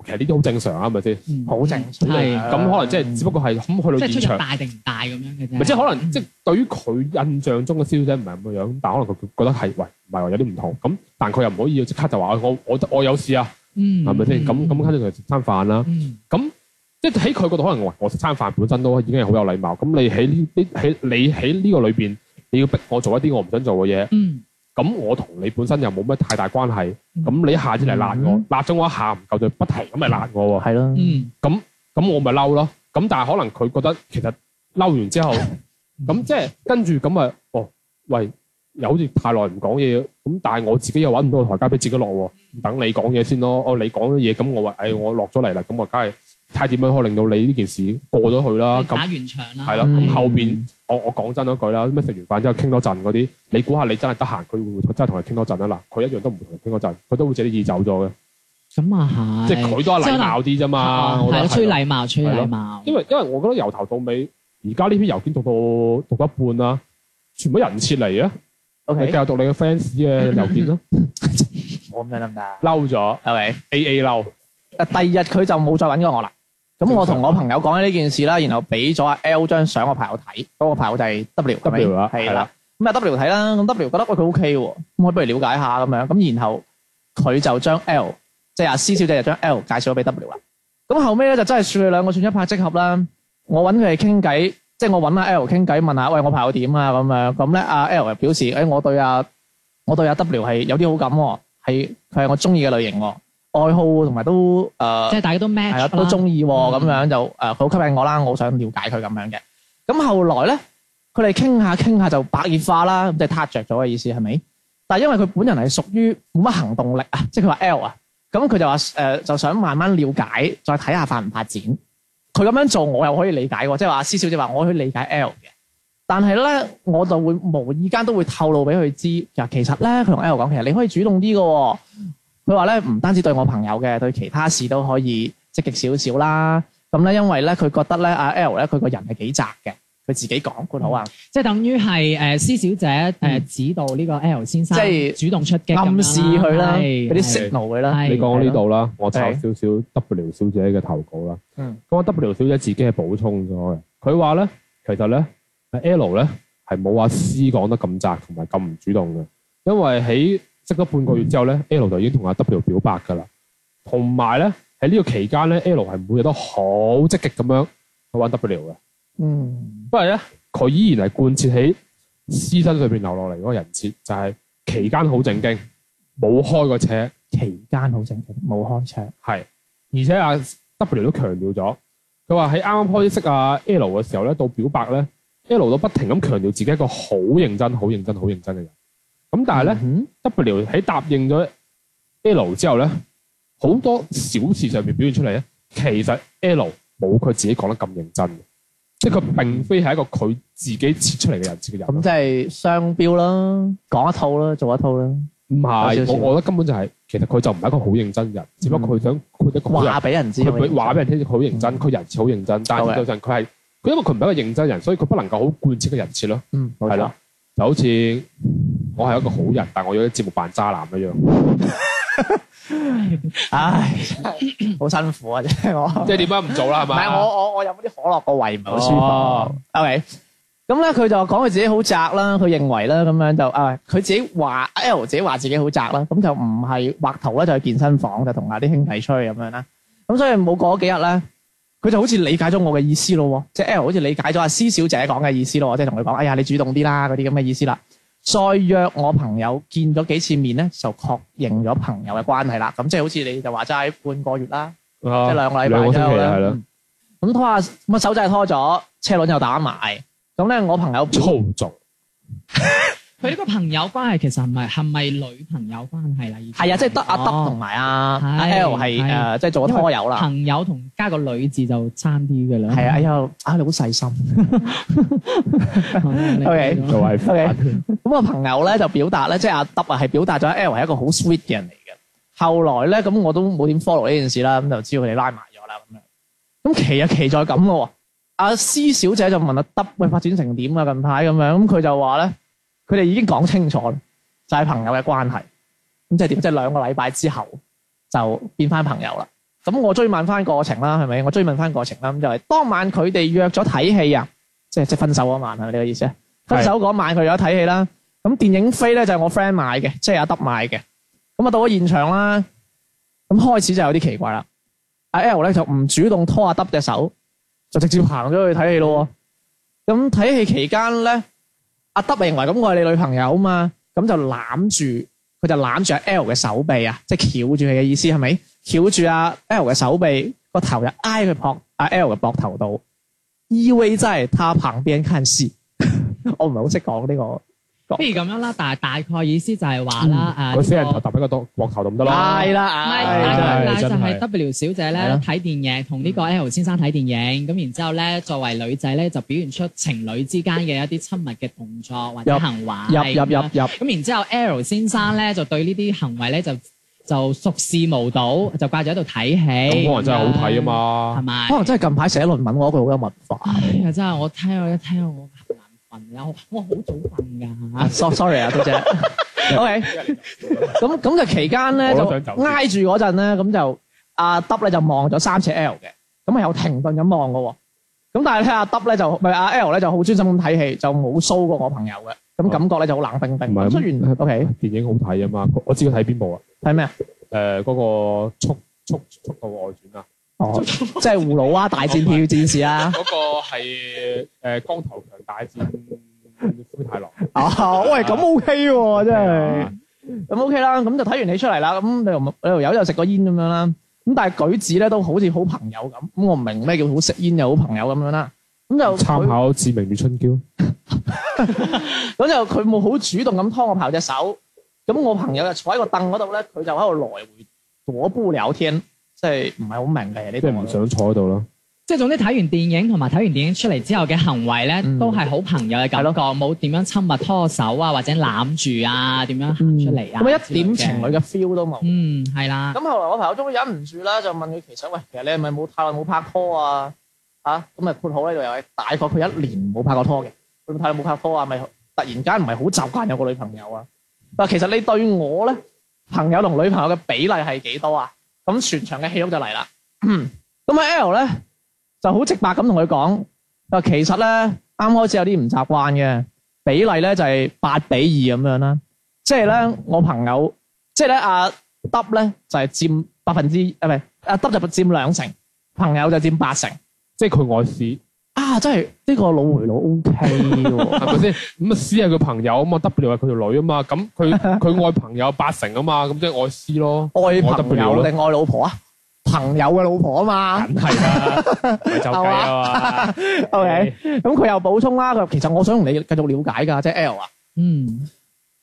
Speaker 3: 其實呢啲好正常啊，係咪先？
Speaker 2: 嗯
Speaker 4: 好正常
Speaker 2: 係
Speaker 3: 咁可能即係只不過係咁去
Speaker 2: 即
Speaker 3: 到
Speaker 2: 係
Speaker 3: 現
Speaker 2: 出入
Speaker 3: 場。
Speaker 2: 大定唔大咁樣嘅啫。
Speaker 3: 咪即係可能即係對於佢印象中嘅蕭姐唔係咁嘅樣，但可能佢覺得係喂唔係話有啲唔同咁，但佢又唔可以即刻就話我我我有事啊，
Speaker 2: 嗯，
Speaker 3: 係咪先？咁咁跟住佢食餐飯啦，
Speaker 2: 嗯
Speaker 3: 即係喺佢嗰度可能喂我食餐飯本身都已經係好有禮貌，咁你喺呢呢喺你喺呢個裏邊，你要逼我做一啲我唔想做嘅嘢，
Speaker 2: 嗯
Speaker 3: 咁我同你本身又冇乜太大關係，
Speaker 2: 嗯
Speaker 3: 咁你一下子嚟辣我
Speaker 4: 嗯，
Speaker 3: 辣咗我一下唔夠就不停咁嚟辣我喎。
Speaker 4: 係咯。
Speaker 2: 嗯
Speaker 3: 咁我咪嬲咯。咁但係可能佢覺得其實嬲完 [LAUGHS] 之後，咁即係跟住咁咪哦，喂，又好似太耐唔講嘢，咁但係我自己又揾哎唔到個台階俾自己落喎，等你講嘢先咯。哦，你講咗嘢，咁我話，誒、我落咗嚟啦，咁我梗係睇下點樣可以令到你呢件事過咗去啦。
Speaker 2: 打
Speaker 3: 啊咁
Speaker 2: 完場啦，
Speaker 3: 係啦，
Speaker 4: 嗯
Speaker 3: 咁後邊我我講真嗰句啦，咩食完飯之後傾多陣嗰啲，你估下你真係得閒，佢會唔會真係同你傾多陣啊？嗱，佢一樣都唔同你傾多陣，佢都會借啲意走咗嘅，
Speaker 2: 咁啊係，
Speaker 3: 即係佢都係禮貌啲啫嘛。
Speaker 2: 係
Speaker 3: 我覺得
Speaker 2: 啊，
Speaker 3: 係
Speaker 2: 吹
Speaker 3: 咯
Speaker 2: 禮貌，吹禮貌，
Speaker 3: 因為因為我覺得由頭到尾，而家呢篇郵件讀到讀一半啦，全部人設嚟啊！
Speaker 4: O
Speaker 3: 你繼續讀你嘅 fans 嘅郵件
Speaker 4: [LAUGHS]
Speaker 3: 啦，
Speaker 4: 我咁樣得唔得啊？
Speaker 3: 嬲咗
Speaker 4: 係咪？
Speaker 3: A A 嬲，
Speaker 4: 啊，第二日佢就冇再揾過我啦。咁我同我朋友講咗呢件事啦，然後俾咗阿 L 張相我朋友睇，嗰、個朋友就係 W 係咪
Speaker 3: W 啦
Speaker 4: 係
Speaker 3: 係
Speaker 4: 啦
Speaker 3: 啦。
Speaker 4: 咁啊 W 睇啦，咁 W 覺得喂佢 OK 喎，咁我不如了解下咁樣。咁然後佢就將 L 即係阿 C 小姐就將 L 介紹咗俾 W 啦。咁後尾咧就真係算佢兩個算一拍即合啦。我揾佢哋傾偈，即係我揾阿 L 傾偈，問下喂我朋友點啊咁樣。咁咧阿 L 又表示誒、哎我對阿我對阿 W 係有啲好感喎，係佢係我中意嘅類型喎，愛好同埋都誒。呃
Speaker 2: 即係大家都
Speaker 4: 係啦，
Speaker 3: 啊
Speaker 2: match
Speaker 4: 都中意喎，咁
Speaker 2: 嗯
Speaker 4: 樣就誒佢好吸引我啦，我好想了解佢咁樣嘅。咁後來咧，佢哋傾下傾下就白熱化啦，咁即係撻着咗嘅意思係咪？但係因為佢本人係屬於冇乜行動力啊，即係佢話 L 啊，咁佢就話誒、呃就想慢慢了解，再睇下發唔發展。佢咁樣做我又可以理解喎，即係話施小姐話我可以理解 L 嘅，但係咧我就會無意間都會透露俾佢知，其實其實咧佢同 L 講，其實你可以主動啲嘅喎。佢話咧唔單止對我朋友嘅，對其他事都可以積極少少啦。咁咧，因為咧佢覺得咧阿 L 咧佢個人係幾宅嘅，佢自己講括好啊，
Speaker 2: 即係等於係誒施小姐誒
Speaker 4: 嗯
Speaker 2: 指導呢個 L 先生，
Speaker 4: 即係
Speaker 2: 主動出
Speaker 3: 嗯
Speaker 2: 擊咁樣啦，
Speaker 4: 暗示佢啦，
Speaker 2: 係
Speaker 4: [LAUGHS] 俾啲
Speaker 2: 係
Speaker 4: signal 佢啦。
Speaker 2: 係
Speaker 3: 你講到呢度啦，我抄
Speaker 4: 係
Speaker 3: 少少 W 小姐嘅投稿啦。
Speaker 4: 嗯
Speaker 3: 咁啊 W 小姐自己係補充咗嘅，佢話咧其實咧阿 L 咧係冇阿 C 講得咁窄同埋咁唔主動嘅，因為喺識咗半個月之後咧，L 就已經同阿 W 表白㗎啦。同埋咧喺呢個期間咧，L 係每日都好積極咁樣去玩 W 嘅。
Speaker 4: 嗯，
Speaker 3: 不過咧，佢依然係貫徹喺私身上邊留落嚟嗰個人設，就係、期間好正經，冇開過車，
Speaker 4: 期間好正經，冇開槍。
Speaker 3: 係而且阿 W 都強調咗，佢話喺啱啱開始識阿 L 嘅時候咧，到表白咧，L 都不停咁強調自己係一個好認真、好認真、好認真嘅人。咁但係咧、
Speaker 4: 嗯
Speaker 3: w 喺答應咗 L 之後咧，好多小事上面表現出嚟咧，其實 L 冇佢自己講得咁認真嘅，即係佢並非係一個佢自己設出嚟嘅人設嘅人
Speaker 4: 咁。即係雙標啦，講一套啦，做一套啦，
Speaker 3: 唔係
Speaker 4: 有，少
Speaker 3: 我
Speaker 4: 少
Speaker 3: 我覺得根本就係、其實佢就唔係一個好認真嘅人，只不過佢想佢一個好人
Speaker 4: 話俾人知。
Speaker 3: 佢俾話俾人聽，佢好認真，佢人設好認真，但係
Speaker 4: 好嘅
Speaker 3: 實際上佢係佢因為佢唔係一個認真人，所以佢不能夠好貫徹嘅人設咯，
Speaker 4: 嗯，冇
Speaker 3: 係
Speaker 4: 錯
Speaker 3: 咯。，就好似我係一個好人，但我要喺節目扮渣男一樣，
Speaker 4: [LAUGHS] 唉，真係好辛苦啊！真係我。
Speaker 3: 即係點解唔做啦？係
Speaker 4: 唔
Speaker 3: 嘛？
Speaker 4: 係我我我飲嗰啲可樂個胃唔係好舒服。
Speaker 3: 哦
Speaker 4: OK，咁咧佢就講佢自己好宅啦，佢認為啦咁樣就啊，佢自己話 L 自己話自己好宅啦，咁就唔係畫圖啦，就去健身房就同下啲兄弟出去咁樣啦。咁所以冇過咗幾日咧，佢就好似理解咗我嘅意思咯喎，即係 L 好似理解咗阿 C 小姐講嘅意思咯喎，即係同佢講，哎呀你主動啲啦嗰啲咁嘅意思啦。再約我朋友見咗幾次面咧，就確認咗朋友嘅關係啦。咁即係好似你就話齋半個月啦。即係
Speaker 3: 啊
Speaker 4: 兩個禮
Speaker 3: 兩個
Speaker 4: 拜之
Speaker 3: 星
Speaker 4: 後
Speaker 3: 期
Speaker 4: 咧
Speaker 3: 啊係啦，
Speaker 4: 嗯咁拖下咁啊手掣拖咗，車輪又打埋，咁咧我朋友表
Speaker 3: 操作
Speaker 2: 佢呢個朋友關係其實係咪係咪女朋友關係啦？已經
Speaker 4: 係啊，即係得阿德
Speaker 2: 哦
Speaker 4: 同埋阿
Speaker 2: 係
Speaker 4: 阿 L 係
Speaker 2: 係
Speaker 4: 誒，即係做咗拖友啦。
Speaker 2: 朋友同加個女字就差啲嘅啦。 [LAUGHS]
Speaker 4: 係啊，哎呀，啊你好細心。 [LAUGHS]
Speaker 2: 你
Speaker 4: OK
Speaker 2: 你
Speaker 3: 就
Speaker 4: [LAUGHS]
Speaker 3: 係
Speaker 4: OK，咁我朋友咧就表達咧，即係阿德啊，係表達咗 L 係一個好 sweet 嘅人嚟嘅。後來咧，咁我都冇點 follow 呢件事啦，咁就知道佢哋拉埋咗啦咁樣。咁奇啊奇在咁咯喎，阿 C 小姐就問阿德喂發展成點啊近排咁樣，咁佢就話咧，佢哋已經講清楚啦，就係朋友嘅關係。咁即係點？即係兩個禮拜之後就變翻朋友啦。咁我追問翻過程啦，係咪？我追問翻過程啦，咁就係當晚佢哋約咗睇戲啊，即係即係分手嗰晚係咪呢個意思啊？分手嗰晚佢有得睇戲啦。咁電影飛咧就係我 friend 買嘅，即係阿德買嘅。咁啊到咗現場啦，咁開始就有啲奇怪啦。阿 L 咧就唔主動拖阿德隻手，就直接行咗去睇戲咯喎。咁睇戲期間咧，阿德認為咁我係你女朋友嘛，咁就攬住佢就攬住阿 L 嘅手臂啊，即係翹住佢嘅意思係咪？翹住阿 L 嘅手臂，個頭就挨佢膊阿 L 嘅膊 E 頭 [LAUGHS] 度，依偎在他旁邊看戲。我唔係好識講呢個
Speaker 2: 不如咁樣啦，但係大概意思就係話啦，誒
Speaker 3: 個死人
Speaker 2: 呢個
Speaker 3: 頭揼喺個度膊頭度唔得啦。
Speaker 4: 係
Speaker 2: 唔係，
Speaker 4: 啦，
Speaker 3: 係
Speaker 4: 嗯唉
Speaker 2: 但係
Speaker 3: 真
Speaker 2: 就
Speaker 3: 係
Speaker 2: 係 W 小姐
Speaker 4: 係
Speaker 2: 咧
Speaker 4: 咯嗯
Speaker 2: 睇電影，同呢個 L 先生睇電影，咁然之後咧，作為女仔咧就表現出情侶之間嘅一啲親密嘅動作或者
Speaker 4: 入
Speaker 2: 行為。
Speaker 4: 入入入入，
Speaker 2: 咁然之後，L 先生
Speaker 3: 嗯
Speaker 2: 咧就對呢啲行為咧就就熟視無睹，就掛住喺度睇戲。
Speaker 3: 咁可能真係好睇啊
Speaker 2: 咁樣，係
Speaker 3: 嘛。
Speaker 2: 咪
Speaker 4: 可？能真係近排寫論文嗰句好有文化。
Speaker 2: 哎呀，真係我聽我一聽我好難瞓，啊我我好早瞓
Speaker 4: [LAUGHS]
Speaker 2: 㗎。
Speaker 4: So sorry 啊，
Speaker 2: [LAUGHS]
Speaker 4: 多謝。OK，咁咁就期間咧
Speaker 3: 我
Speaker 4: 就
Speaker 3: 都想走先
Speaker 4: 挨住嗰陣咧，咁就阿 W 咧就望咗三尺 L 嘅，咁啊有停頓咁望嘅喎。咁但係咧阿 W 咧就唔係阿 L 咧就好專心咁睇戲，就冇 show 過我朋友嘅，咁感覺咧就好冷冰冰。
Speaker 3: 哦唔係咁
Speaker 4: 咁雖然 OK
Speaker 3: 電影好睇啊嘛，我知佢睇邊部啊？
Speaker 4: 睇咩啊？
Speaker 3: 誒，嗰個速速速度外傳啊，
Speaker 4: 哦，即係葫蘆娃大戰跳戰士啊
Speaker 3: [LAUGHS]
Speaker 4: 啦。
Speaker 3: 嗰個係誒光頭強大戰灰太
Speaker 4: [LAUGHS]
Speaker 3: 狼。
Speaker 4: 啊，喂，咁 OK 喎，真係。咁 OK 啦，咁就睇完戲出嚟啦，咁你條你條友就食個煙咁樣啦，咁但係舉止咧都好似好朋友咁，咁我唔明咩叫好食煙又好朋友咁樣啦，咁就
Speaker 3: 參
Speaker 4: 佢
Speaker 3: 考《志明與春嬌》。
Speaker 4: 咁就佢冇好主動咁拖我朋友隻手，咁我朋友就坐喺個凳嗰度咧，佢就喺度來回踱步聊天，即係唔係好明嘅呢
Speaker 3: 即係
Speaker 4: 啲
Speaker 3: 唔
Speaker 4: 我都。
Speaker 3: 想坐喺度咯。
Speaker 2: 即係總之睇完電影同埋睇完電影出嚟之後嘅行為咧，
Speaker 4: 嗯
Speaker 2: 都係好朋友嘅感覺，冇點樣親密拖手啊，或者攬住啊，點樣行
Speaker 3: 嗯
Speaker 2: 出嚟啊，
Speaker 4: 咁啊一點情侶
Speaker 2: 嘅，
Speaker 4: 嘅 feel 都冇。
Speaker 2: 嗯，係啦，
Speaker 4: 咁後來我朋友終於忍唔住啦，就問佢其實喂，其實你係咪冇太耐冇拍拖啊？啊，咁啊括號呢度又係大概佢一年冇拍過拖嘅，佢太耐冇拍拖啊，咪突然間唔係好習慣有個女朋友啊？嗱，其實你對我咧，朋友同女朋友嘅比例係幾多啊？咁全場嘅氣氛就嚟啦。 [CLEARS THROAT] 咁啊 L 咧就好直白咁同佢講，佢話其實咧啱開始有啲唔習慣嘅，比例咧就係八比二咁樣啦，即係咧我朋友，即係咧阿。得咧就係佔百分之啊，唔係啊得就佔兩成，朋友就佔八成。
Speaker 3: 即係佢愛 [LAUGHS] 屎，
Speaker 4: 啊，真係呢個腦回路 O K 喎。
Speaker 3: 係咪先？咁啊，屎係佢朋友啊嘛，W 係佢條女啊嘛，咁佢 [LAUGHS] 佢愛朋友八成啊嘛，咁即係愛屎咯，
Speaker 4: 愛
Speaker 3: 愛
Speaker 4: 朋
Speaker 3: W
Speaker 4: 友
Speaker 3: 咯，
Speaker 4: 定愛老婆啊？朋友嘅老婆啊 [LAUGHS] 嘛
Speaker 3: 梗係啦，咪就計啊嘛。
Speaker 4: ，OK。咁佢又補充啦，佢話其實我想同你繼續了解㗎，即係 L 啊。
Speaker 2: 嗯，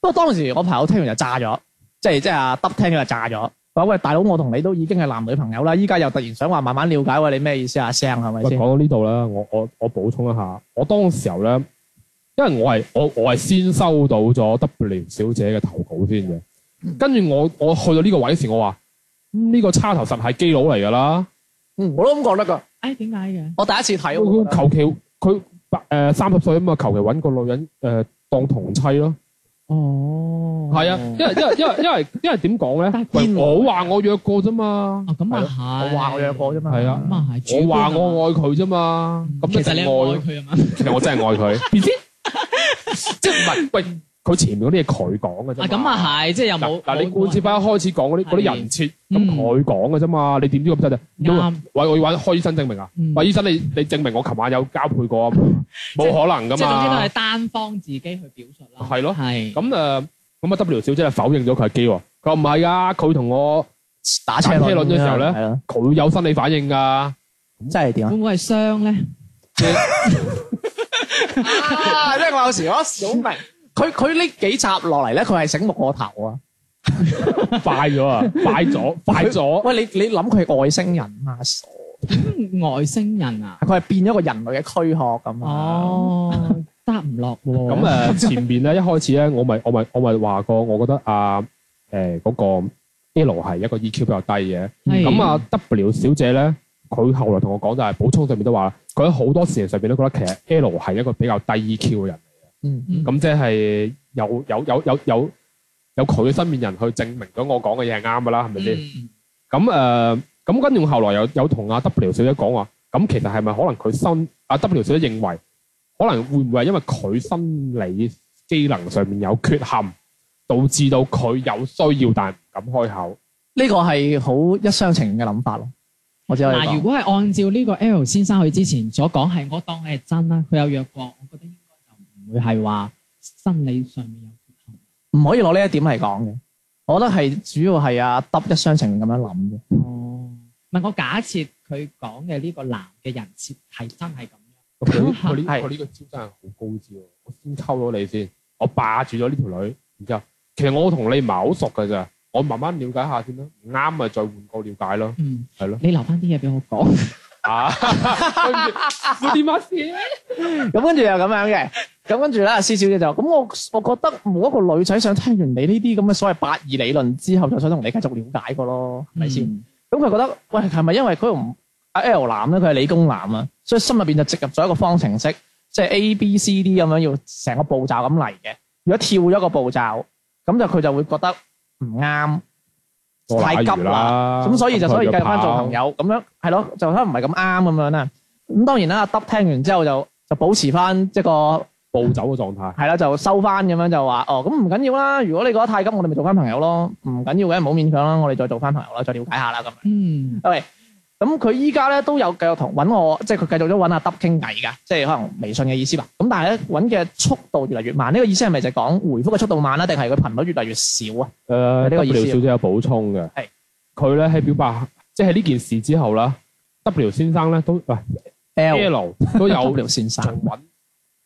Speaker 4: 不過當時我朋友聽完就炸咗，即係即係阿得聽咗就炸咗。佢話喂，大佬，我同你都已經係男女朋友啦，依家又突然想話慢慢了解喎，你咩意思啊？聲係咪
Speaker 3: 喂，
Speaker 4: 先？
Speaker 3: 講到呢度啦，我我我補充一下，我當時候咧，因為我係我我係先收到咗 W 小姐嘅投稿先嘅，跟住我我去到呢個位時，我話嗯呢個叉頭實係基佬嚟㗎啦，
Speaker 4: 嗯，我都咁覺得㗎。
Speaker 2: 哎，點解嘅？
Speaker 4: 我第一次睇，我覺
Speaker 3: 佢
Speaker 4: 得
Speaker 3: 求其佢誒三十歲啊嘛，求其揾個女人誒當同妻咯。
Speaker 2: 哦，
Speaker 3: 係啊，因為因為因為因為因為點講
Speaker 2: 但
Speaker 3: 咧
Speaker 2: 係？
Speaker 3: 喂，
Speaker 4: 邊
Speaker 3: 我話我約過啫嘛，
Speaker 2: 哦，咁
Speaker 3: 係
Speaker 2: 啊係，
Speaker 4: 我話我約過啫嘛。
Speaker 3: 係啊
Speaker 2: 咁啊係，
Speaker 3: 我話
Speaker 2: 主觀啊嘛
Speaker 3: 我愛佢啫嘛，咁
Speaker 2: 其
Speaker 3: 一
Speaker 2: 實你係
Speaker 3: 定愛
Speaker 2: 愛
Speaker 3: 咯。
Speaker 2: 佢啊嘛，
Speaker 3: 其實我真 [LAUGHS] 係愛佢，即係唔係？喂，佢前面嗰啲嘢佢講嘅
Speaker 2: 啊
Speaker 3: 啫。
Speaker 2: 咁啊係，即係又
Speaker 3: 嗱
Speaker 2: 冇
Speaker 3: 嗱，你貫徹翻一開始講嗰啲嗰啲人設，咁
Speaker 2: 嗯
Speaker 3: 佢講嘅啫嘛，你點知咁真啫？
Speaker 2: 啱，
Speaker 3: 喂，我要揾開醫生證明啊！
Speaker 2: 嗯
Speaker 3: 喂，醫生，你你證明我琴晚有交配過啊？冇可能噶
Speaker 2: 即係總之都
Speaker 3: 嘛
Speaker 2: 係。單方自己去表述啦，
Speaker 3: 係咯
Speaker 2: 係，
Speaker 3: 咁誒，咁啊 W 小姐就否認咗佢係基喎。佢話唔係㗎，佢同我
Speaker 4: 打車
Speaker 3: 打車輪啊
Speaker 4: 輪
Speaker 3: 嘅時候咧
Speaker 4: 係咯，
Speaker 3: 佢有生理反應㗎。
Speaker 4: 真係點啊
Speaker 2: 會？唔會係傷咧？
Speaker 4: 啊！即係我有時我小明，佢佢呢幾集落嚟咧，佢係醒目過頭啊！
Speaker 3: 快咗啊！快咗，快咗！
Speaker 4: 喂，你你諗佢係外星人啊？傻！
Speaker 2: 外星人啊？
Speaker 4: 佢係變咗個人類嘅軀殼咁啊！
Speaker 2: 哦，得唔落喎？
Speaker 3: 咁誒，前面咧一開始咧，我咪我咪我咪話過，我覺得啊誒嗰個 L 係一個 EQ 比較低嘅。
Speaker 2: 係
Speaker 3: 咁啊，W 小姐咧，佢後來同我講就係補充上面都話，佢喺好多事情上面都覺得其實 L 係一個比較低 EQ 嘅人。
Speaker 4: 嗯，
Speaker 3: 咁即係有有有有有有佢身邊人去證明咗我講嘅嘢係啱㗎啦，係咪先？
Speaker 2: 嗯
Speaker 3: 咁誒，呃咁跟住後來有有同阿 W 小姐講話，咁其實係咪可能佢身阿 W 小姐認為，可能會唔會係因為佢生理機能上面有缺陷，導致到佢有需要但係唔敢開口？
Speaker 4: 呢個係好一廂情願嘅諗法咯。我只可以
Speaker 2: 嗱，如
Speaker 4: 講，
Speaker 2: 果係按照呢個 L 先生佢之前所講係，我當佢係真啦，佢有約過，我覺得應該就唔會係話生理上面有缺陷。
Speaker 4: 唔可以攞呢一點嚟講嘅。我覺得係主要係阿得一廂情願咁樣諗嘅。
Speaker 2: 哦，唔係我假設佢講嘅呢個男嘅人設係真係咁樣，
Speaker 4: [LAUGHS]
Speaker 3: 佢呢佢呢
Speaker 4: 係
Speaker 3: 佢呢個招真係好高招，我先溝咗你先，我霸住咗呢條女，然之後其實我同你唔係好熟㗎咋，我慢慢了解下先啦，唔啱咪再換個了解咯，
Speaker 2: 嗯，
Speaker 3: 係咯，
Speaker 2: 你留翻啲嘢俾我講。 [LAUGHS]
Speaker 3: 啊，對唔住，冇點乜事，
Speaker 4: 咁跟住又咁樣嘅，咁跟住咧，施小姐就咁我我覺得冇一個女仔想聽完你呢啲咁嘅所謂八二理論之後，就想同你繼續了解個咯，係咪先？
Speaker 2: 嗯
Speaker 4: 咁佢覺得喂係咪因為佢唔阿 L 男咧，佢係理工男啊，所以心入邊就植入咗一個方程式，即係 A B C D 咁樣要成個步驟咁嚟嘅。如果跳咗個步驟，咁就佢就會覺得唔啱，
Speaker 3: 多
Speaker 4: 太急
Speaker 3: 乸魚啦，
Speaker 4: 咁所以就所以繼續翻做
Speaker 3: 友，
Speaker 4: 朋友咁樣，係咯，就可能唔係咁啱咁樣啦。咁當然啦，阿德聽完之後就就保持翻一個。
Speaker 3: 暴走嘅狀態。
Speaker 4: 係啦，就收翻咁樣就話哦，咁唔緊要啦。如果你覺得太急，我哋咪做翻朋友咯，唔緊要嘅，唔好勉強啦。我哋再做翻朋友啦，再了解下啦咁。
Speaker 2: Ừ. 嗯，
Speaker 4: 喂，咁佢依家咧都有繼續同揾我，即係佢繼續都揾阿德傾偈㗎，即係可能微信嘅意思吧。咁但係咧揾嘅速度越嚟越慢，呢、個意思係咪就係講回覆嘅速度慢啦，啊定係佢頻率越嚟越少啊？
Speaker 3: 誒、
Speaker 4: 呢個意
Speaker 3: 呃
Speaker 4: 思
Speaker 3: W 小姐有補充嘅
Speaker 4: 係，
Speaker 3: 佢咧喺表白，即係呢件事之後啦，W 先生咧都喂
Speaker 4: L
Speaker 3: L 都有
Speaker 4: [LAUGHS] W 先
Speaker 3: 仲
Speaker 4: 生，
Speaker 3: 揾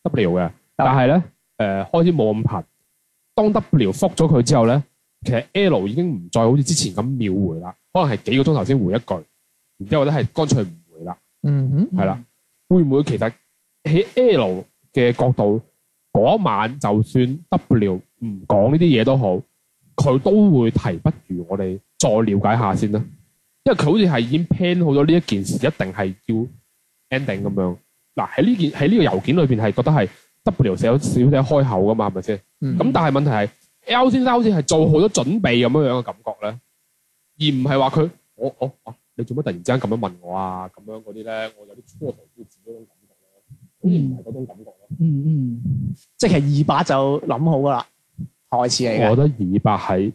Speaker 3: W 嘅，但係咧誒開始冇咁頻。當 W 覆咗佢之後咧，其實 L 已經唔再好似之前咁秒回啦，可能係幾個鐘頭先回一句，然之後咧係乾脆唔回啦。
Speaker 4: 嗯哼，
Speaker 3: 係啦，會唔會其實喺 L 嘅角度嗰晚，就算 W 唔講呢啲嘢都好，佢都會提不如我哋再了解下先啦。因為佢好似係已經 plan 好咗呢一件事，一定係要 ending 咁樣。嗱喺呢件喺呢個郵件裏邊係覺得係 W 寫咗少寫開口噶嘛，係咪先？咁、
Speaker 4: 嗯
Speaker 3: 但係問題係 L 先生好似係做好咗準備咁樣樣嘅感覺咧。而唔係話佢我我我你做乜突然之間咁樣問我啊？咁樣嗰啲咧，我有啲初頭都自嗰種感覺咯，好似唔係嗰種感覺咯。
Speaker 2: Ừ, 嗯
Speaker 4: 即係二把就諗好㗎啦，台詞嚟
Speaker 3: 我覺
Speaker 4: 嘅。
Speaker 3: 得二百係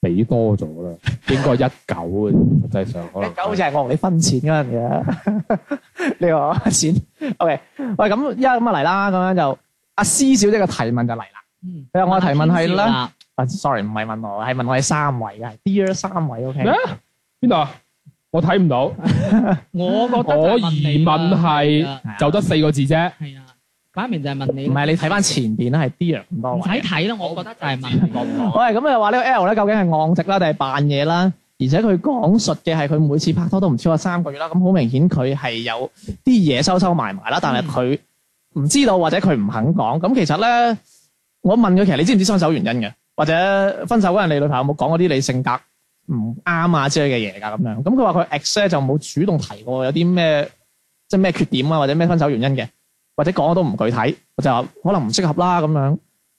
Speaker 3: 俾多咗
Speaker 2: [LAUGHS]
Speaker 3: 啦，應該一九嘅，實際上可能
Speaker 4: 狗就係我同你分錢嗰樣 [LAUGHS] 嘢，你話我錢？OK，喂咁一咁啊嚟啦，咁樣就阿施小姐嘅提問就嚟啦。
Speaker 2: 嗯，
Speaker 4: 你話我嘅提問係啦。
Speaker 2: 啦，
Speaker 4: 啊，sorry，唔係問我，係問我係三位嘅，Dear 三位，OK
Speaker 3: 咩。邊度啊？我睇唔到，
Speaker 2: 我覺得就
Speaker 3: 我
Speaker 2: 係問你
Speaker 3: 疑
Speaker 2: 啦
Speaker 3: 問
Speaker 2: ờ,
Speaker 3: 係
Speaker 4: 係啊
Speaker 3: 就得四個字啫。
Speaker 2: 係啊，擺明就係問你
Speaker 4: 唔
Speaker 2: 啦，
Speaker 4: 係你睇翻前邊啦，係 Dear 咁多
Speaker 2: 唔
Speaker 4: 位
Speaker 2: 使。睇啦，我覺得就係問你
Speaker 3: 講唔講
Speaker 4: 喂，咁你話呢個 L 咧，究竟係昂直啦，定係扮嘢啦？而且佢講述嘅係佢每次拍拖都唔超過三個月啦，咁好明顯佢係有啲嘢收收埋埋啦，但係佢唔知道或者佢唔肯講。咁其實咧，我問佢其實你知唔知分手原因嘅，或者分手嗰陣你女朋友有冇講嗰啲你性格唔啱啊之類嘅嘢㗎咁樣？咁佢話佢 ex 咧就冇主動提過有啲咩即係咩缺點啊，或者咩分手原因嘅，或者講得都唔具體，我就話可能唔適合啦咁樣。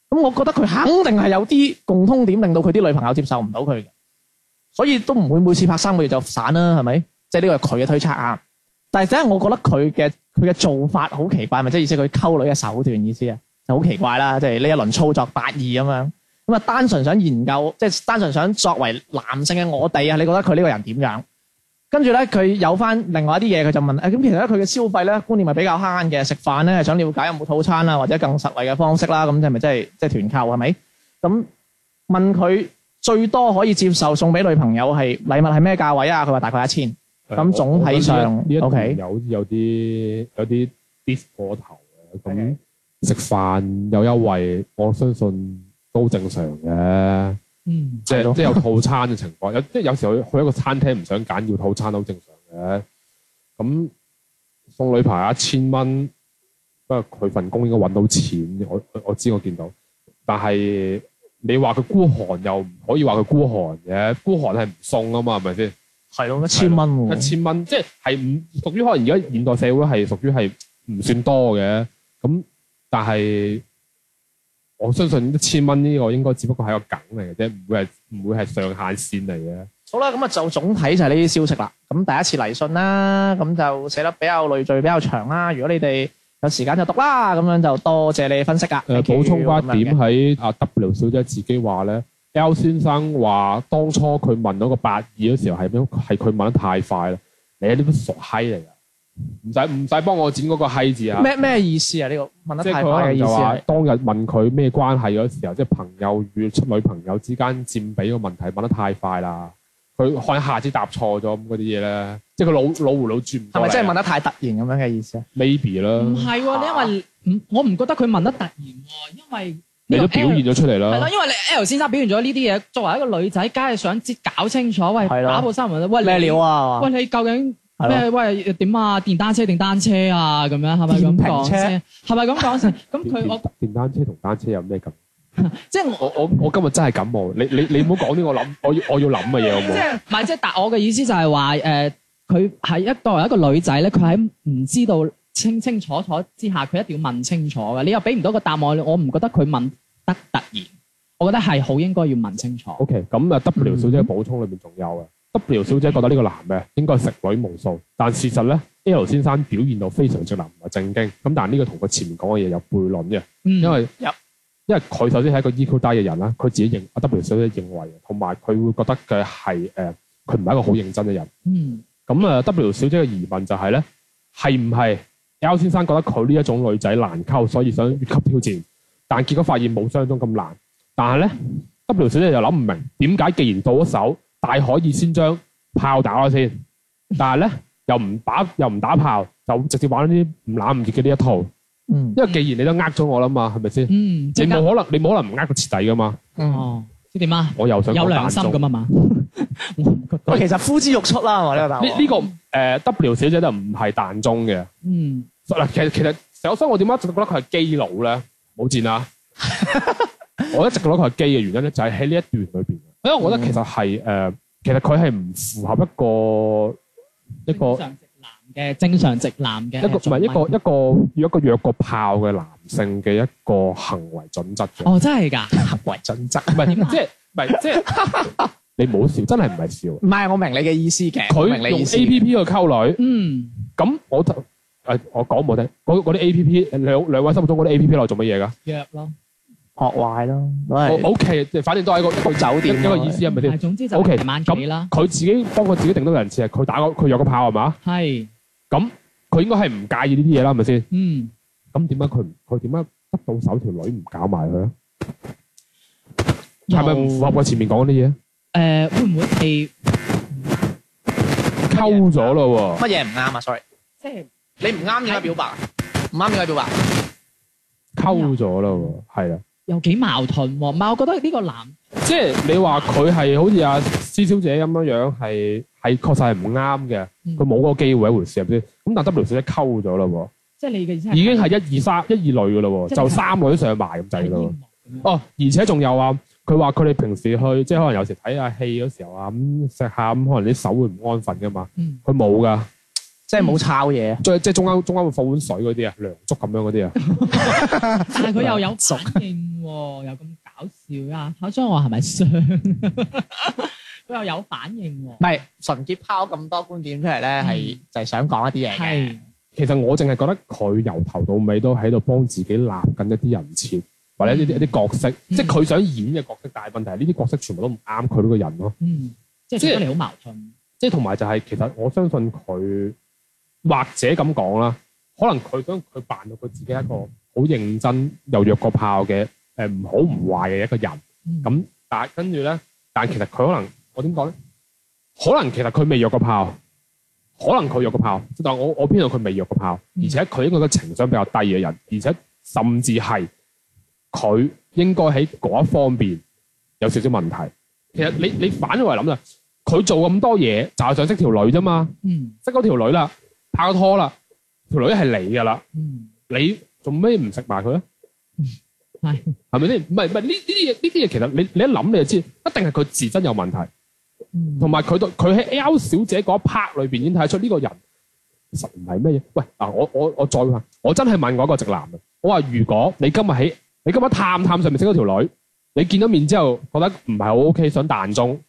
Speaker 4: 咁我覺得佢肯定係有啲共通點，令到佢啲女朋友接受唔到佢嘅，所以都唔會每次拍三個月就散啦，係咪？即係呢個係佢嘅推測啊。但係真係我覺得佢嘅佢嘅做法好奇怪，咪即係意思佢溝女嘅手段意思啊，就好奇怪啦，即係呢一輪操作八二咁樣。咁啊，單純想研究，即係單純想作為男性嘅我哋啊，你覺得佢呢個人點樣？跟住咧，佢有翻另外一啲嘢，佢就問：誒、啊咁其實咧，佢嘅消費咧觀念係比較慳嘅，食飯咧係想了解有冇套餐啊，或者更實惠嘅方式啦。咁即係咪即係即係團購係咪？咁問佢最多可以接受送俾女朋友係禮物係咩價位啊？佢話大概一千。咁
Speaker 3: 誒
Speaker 4: 總體上
Speaker 3: 我覺得呢一呢一
Speaker 4: OK
Speaker 3: 段有有啲有啲 dis 過頭嘅，咁食飯有優惠，我相信都正常嘅。
Speaker 2: 嗯
Speaker 3: 即
Speaker 4: 係咯
Speaker 3: 係即係有套餐嘅情況，有即係有時候去一個餐廳唔想揀要套餐好正常嘅。咁送女朋友一千蚊，不過佢份工應該揾到錢，我我我知我見到。但係你話佢孤寒又唔可以話佢孤寒嘅，孤寒係唔送啊嘛，係咪先？
Speaker 4: 係咯，一千蚊喎。
Speaker 3: 一千蚊，即係係唔屬於可能而家現代社會係屬於係唔算多嘅，咁但係我相信一千蚊呢個應該只不過係一個梗嚟嘅啫，唔會係唔會係上限線嚟嘅。
Speaker 4: 好啦，咁啊就總體就係呢啲消息啦。咁第一次嚟信啦，咁就寫得比較累贅，比較長啦。如果你哋有時間就讀啦，咁樣就多謝你分析啊。
Speaker 3: 誒、
Speaker 4: Thank you，
Speaker 3: 補充翻
Speaker 4: 咁樣
Speaker 3: 一點
Speaker 4: 嘅
Speaker 3: 喺阿 W 小姐自己話咧，L 先生話當初佢問嗰個八二嗰時候係咩？係佢問得太快啦，你係呢啲傻閪嚟㗎，唔使唔使幫我剪嗰個閪字啊！
Speaker 4: 咩咩意思啊？呢個問得
Speaker 3: 即係
Speaker 4: 太
Speaker 3: 佢可
Speaker 4: 快嘅
Speaker 3: 能
Speaker 4: 意
Speaker 3: 就
Speaker 4: 思
Speaker 3: 話
Speaker 4: 係
Speaker 3: 當日問佢咩關係嗰時候，即係朋友與出女朋友之間佔比個問題問得太快啦。佢可能一下子答錯咗咁嗰啲嘢咧，即係佢老老糊腦轉唔
Speaker 4: 係
Speaker 3: 過
Speaker 4: 咪真係
Speaker 3: 嚟
Speaker 4: 問
Speaker 3: 啊
Speaker 4: 得太突然咁樣嘅意思啊？
Speaker 3: maybe
Speaker 2: 唔
Speaker 3: 啦，
Speaker 2: 係喎，因為唔我唔覺得佢問得突然喎，因為
Speaker 3: 你都表現咗出嚟
Speaker 2: 係咯，
Speaker 3: 啦。
Speaker 2: 因為你 L 先生表現咗呢啲嘢，作為一個女仔，梗係想知搞清楚，喂，
Speaker 4: 係咯
Speaker 2: 打破三文喂
Speaker 4: 咩料
Speaker 2: 啊？
Speaker 4: 啊？
Speaker 2: 喂，你究竟
Speaker 4: 係咯
Speaker 2: 咩？喂，點啊？電單車定單車啊？咁樣係咪咁
Speaker 4: 電瓶
Speaker 2: 講
Speaker 4: 車
Speaker 2: 先？係咪咁講先？咁佢我
Speaker 3: 電電單車同單車有咩咁？
Speaker 2: 即係我。
Speaker 3: 我我我今日真係感冒，你你你唔好講啲我諗，我要我要諗嘅嘢好
Speaker 2: 即
Speaker 3: 冇？
Speaker 2: 係唔係即係？但我嘅意思就係話誒，呃佢、係一作為一個女仔咧，佢喺唔知道清清楚楚之下，佢一定要問清楚嘅。你又俾唔到個答案，我唔覺得佢問得突然，我覺得係好應該要問清楚。
Speaker 3: O K，咁啊 W 小姐補充裏面仲有嘅，W 小姐覺得呢個男嘅應該食女無數，但事實咧 L 先生表現到非常直男唔係正經，咁但係呢個同佢前面講嘅嘢有悖論嘅，
Speaker 2: 嗯
Speaker 3: 因為
Speaker 4: 有
Speaker 3: 因為佢首先係一個 EQ 低嘅人啦，佢自己認阿 W 小姐認為嘅，同埋佢會覺得佢係誒佢唔係一個好認真嘅人。
Speaker 2: 嗯
Speaker 3: 咁啊，W 小姐嘅疑問就係咧，係唔係 L 先生覺得佢呢一種女仔難溝，所以想越級挑戰，但結果發現冇想象中咁難。但係咧，W 小姐就諗唔明點解，既然到咗手，大可以先將炮打咗先，但係咧又唔打又唔打炮，就直接玩啲唔攬唔熱嘅呢一套。
Speaker 4: 嗯
Speaker 3: 因為既然你都呃咗我啦嘛，係咪先？
Speaker 2: 嗯，即
Speaker 3: 你
Speaker 2: 係
Speaker 3: 冇可能，你冇可能唔呃個徹底噶嘛？
Speaker 4: 嗯，
Speaker 2: 哦，即係點啊？
Speaker 3: 我又想
Speaker 2: 有
Speaker 3: 講
Speaker 2: 良
Speaker 3: 蛋
Speaker 2: 心
Speaker 3: 中
Speaker 2: 咁啊嘛，我唔覺得。
Speaker 4: 喂，其實呼之欲出啦，係嘛呢個答案。
Speaker 3: 呢呢個誒 W 小姐就唔係彈中嘅。
Speaker 2: 嗯，
Speaker 3: 嗱，其實其實首先我點解一直覺得佢係基佬咧？冇賤
Speaker 4: [LAUGHS]
Speaker 3: 啦！我一直覺得佢係基嘅原因咧，就係喺呢一段裏邊，啊因為我覺
Speaker 4: 嗯
Speaker 3: 得其實係誒、呃其實佢係唔符合一個一
Speaker 2: 正
Speaker 3: 個
Speaker 2: 常直男嘅正常直男嘅
Speaker 3: 一個唔係一個一個要一個約過炮嘅男性嘅一個行為準則嘅，
Speaker 2: 哦，真係㗎，
Speaker 3: 行為準則唔
Speaker 4: [LAUGHS]
Speaker 3: 係即係唔係即係你唔好笑，真係唔係笑。
Speaker 4: 唔係，我明你嘅意思嘅，我
Speaker 3: 佢
Speaker 4: 明
Speaker 3: 用
Speaker 4: 你意思
Speaker 3: A P P 去溝女。
Speaker 2: 嗯，
Speaker 3: 咁我就誒、我講冇聽，嗰嗰啲 A P P 兩兩位心目中嗰啲 A P P 嚟做乜嘢㗎？
Speaker 2: 約咯，
Speaker 4: 學壞咯，都係
Speaker 3: O K，即係反正都係一個一
Speaker 4: 酒
Speaker 3: 個
Speaker 4: 店
Speaker 3: 一個意思係咪
Speaker 2: 但係
Speaker 3: 先？
Speaker 2: 總之就
Speaker 3: OK，
Speaker 2: 夜晚企啦，
Speaker 3: 佢自己幫佢自己定到人次係佢打個佢有個炮係嘛？
Speaker 2: 係，
Speaker 3: 咁佢應該係唔介意呢啲嘢啦，係咪先？
Speaker 2: 嗯。
Speaker 3: 咁點解佢唔佢點解得到手條女唔搞埋佢啊？
Speaker 2: 又
Speaker 3: 係咪唔符合我前面講嗰啲嘢？
Speaker 2: 誒、會唔會係
Speaker 3: 溝咗咯喎，
Speaker 4: 乜嘢唔啱啊？sorry，
Speaker 2: 即係
Speaker 4: 你唔啱點解表白啊？唔啱點解表白？
Speaker 3: 溝咗咯喎，係啦。
Speaker 2: 有幾矛盾喎、唔係，我覺得呢個男
Speaker 3: 即係你話佢係好似阿施小姐咁樣樣，係係確實係唔啱嘅，
Speaker 2: 嗯
Speaker 3: 佢冇嗰個機會一回事係咪先？咁但 W 小姐溝咗咯
Speaker 2: 即係你嘅意思
Speaker 3: 喎，已經係一二三一二類嘅咯
Speaker 2: 即嗯
Speaker 3: 喎，
Speaker 2: 係
Speaker 3: 就三女都上埋咁滯咯喎。
Speaker 2: 係
Speaker 3: 哦，而且仲有啊，佢話佢哋平時去即係可能有時睇下戲嗰時候啊，咁食下咁可能啲手會唔安分噶嘛， [LAUGHS]
Speaker 2: 嗯
Speaker 3: 佢冇噶，
Speaker 4: 即係冇抄嘢，
Speaker 3: 即係即係中間中間會放碗水嗰啲啊，涼粥咁樣嗰啲啊，
Speaker 2: 但係佢又有反應喎、又咁搞笑啊！考張我係咪傷？ [LAUGHS] 佢又有反應喎、
Speaker 4: 唔係純潔拋咁多觀點出嚟咧，係就係想講一啲嘢嘅。
Speaker 2: 係
Speaker 3: 其實我淨係覺得佢由頭到尾都喺度幫自己立緊一啲人設，或者一啲一啲角色，即係佢想演嘅角色。但係問題係呢啲角色全部都唔啱佢呢個人咯。
Speaker 2: 嗯，即係
Speaker 3: 即係
Speaker 2: 覺得你好矛盾。
Speaker 3: 即係同埋就係其實我相信佢，或者咁講啦，可能佢想佢扮到佢自己一個好認真又弱過炮嘅誒唔好唔壞嘅一個人。
Speaker 2: 嗯
Speaker 3: 咁但係跟住咧，但係其實佢可能我點講咧？可能其實佢未約過炮，可能佢約過炮，但係我我偏向佢未約過炮，
Speaker 2: 嗯
Speaker 3: 而且佢應該個情商比較低嘅人，而且甚至係佢應該喺嗰一方面有少少問題。其實你你反過嚟諗啦，佢做咁多嘢就係想識條女啫嘛，
Speaker 2: 嗯
Speaker 3: 識咗條女啦，拍咗拖啦，條女係你噶啦，
Speaker 2: 嗯，
Speaker 3: 你做咩唔食埋佢咧？
Speaker 2: 係
Speaker 3: 係咪先？唔係唔係呢呢啲嘢呢啲嘢，其實你你一諗你就知，一定係佢自身有問題，
Speaker 2: 嗯
Speaker 3: 同埋佢對佢喺 L 小姐嗰一 part 裏邊已經睇得出呢個人實唔係咩嘢。喂嗱，我我我再話，我真係問過一個直男嘅，我話如果你今日喺你今日探探上面識咗條女，你見咗面之後覺得唔係好 OK，想彈中，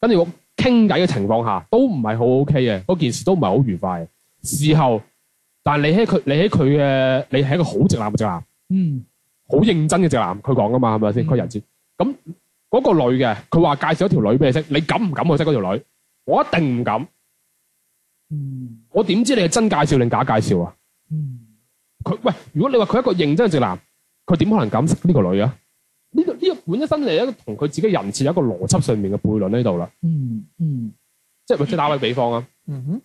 Speaker 3: 跟住我傾偈嘅情況下都唔係好 OK 嘅，嗰件事都唔係好愉快嘅。事後，但你喺佢你喺佢嘅你係一個好直男嘅直男。
Speaker 2: 嗯
Speaker 3: 好認真嘅直男，佢講噶嘛，係咪先？
Speaker 2: 嗯
Speaker 3: 佢人設咁嗰個女嘅，佢話介紹一條女俾你識，你敢唔敢去識嗰條女？我一定唔敢，
Speaker 2: 嗯
Speaker 3: 我點知你係真介紹定假介紹啊？
Speaker 2: 嗯，
Speaker 3: 佢喂，如果你話佢一個認真嘅直男，佢點可能敢識呢個女啊？呢、個呢、個本身就係一個同佢自己人設有一個邏輯上面嘅悖論喺度啦。
Speaker 2: 嗯嗯
Speaker 3: 即係即係打個比方啊，
Speaker 4: 嗯哼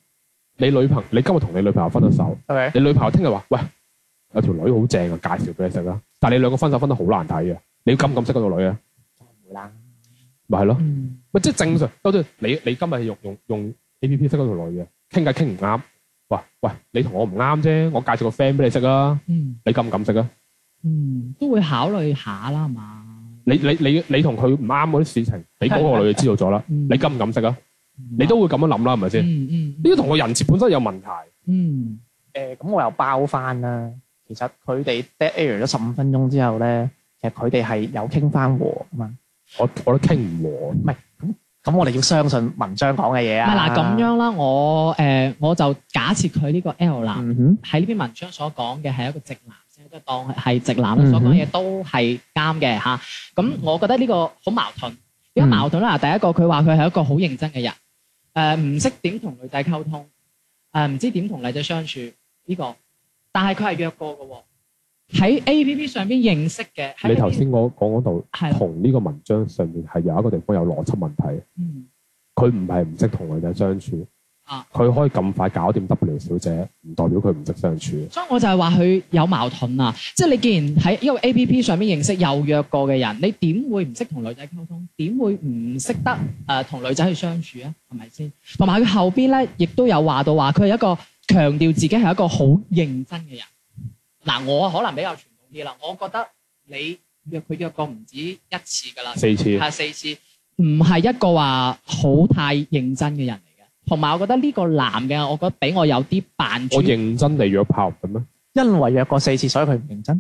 Speaker 3: 你女朋你今日同你女朋友分咗手，
Speaker 4: ，OK，
Speaker 3: 啊你女朋友聽日話喂有條女好正啊，介紹俾你識啦，但係你兩個分手分得好難睇嘅，你敢唔敢識嗰個女啊？
Speaker 4: 會啦，
Speaker 3: 咪係咯，
Speaker 4: 嗯
Speaker 3: 咪即係正常。就算你你今日用用用 A P P 識嗰個女嘅，傾偈傾唔啱，喂喂，你同我唔啱啫，我介紹個 friend 俾你識啊，
Speaker 2: 嗯
Speaker 3: 你敢唔敢識啊？
Speaker 2: 嗯，都會考慮下啦，係嘛？
Speaker 3: 你你你你同佢唔啱嗰啲事情，俾嗰個女就知道咗啦，
Speaker 2: 嗯
Speaker 3: 你敢唔敢識啊？你都會咁樣諗啦，係咪先？
Speaker 2: 嗯
Speaker 3: 呢
Speaker 2: 嗯嗯
Speaker 3: 啲同個人設本身有問題。
Speaker 2: 嗯
Speaker 4: 誒，咁我又包翻啦。其實佢哋 dead air 咗十五分鐘之後咧，其實佢哋係有傾翻和啊嘛。
Speaker 3: 我我都傾唔和。
Speaker 4: 咁我哋要相信文章講嘅嘢
Speaker 2: 唔係
Speaker 4: 啊。
Speaker 2: 嗱咁，樣啦，我誒我就假設佢呢個 L 男。
Speaker 4: 嗯哼，
Speaker 2: 喺呢篇文章所講嘅係一個直男啫，即係當係直男啦所講嘢都係啱嘅嚇。咁、我覺得呢個好矛盾，點解矛盾咧？嗱第一個佢話佢係一個好認真嘅人，誒唔識點同女仔溝通，誒、唔知點同女仔相處呢、個，但係佢係約過嘅喎。喺 A P P 上邊認識嘅，喺
Speaker 3: 你頭先我講嗰度
Speaker 2: 係啦
Speaker 3: 同呢個文章上面係有一個地方有邏輯問題，
Speaker 2: 嗯
Speaker 3: 佢唔係唔識同女仔相處，
Speaker 2: 啊，
Speaker 3: 佢可以咁快搞掂 W 小姐，唔代表佢唔識相處。
Speaker 2: 所以我就係話佢有矛盾啊！即係你既然喺一個 A P P 上面認識又約過嘅人，你點會唔識同女仔溝通？點會唔識得誒同、女仔去相處啊？係咪先？同埋佢後邊咧，亦都有話到話佢係一個強調自己係一個好認真嘅人。嗱、我可能比較傳統啲啦，我覺得你約佢約過唔止一次㗎啦，
Speaker 3: 四次
Speaker 2: 係四次，唔係一個話好太認真嘅人嚟嘅。同埋我覺得呢個男嘅，我覺得俾我有啲扮
Speaker 3: 我
Speaker 2: 專
Speaker 3: 認真地約炮嘅咩？
Speaker 4: 因為約過四次，所以佢唔認真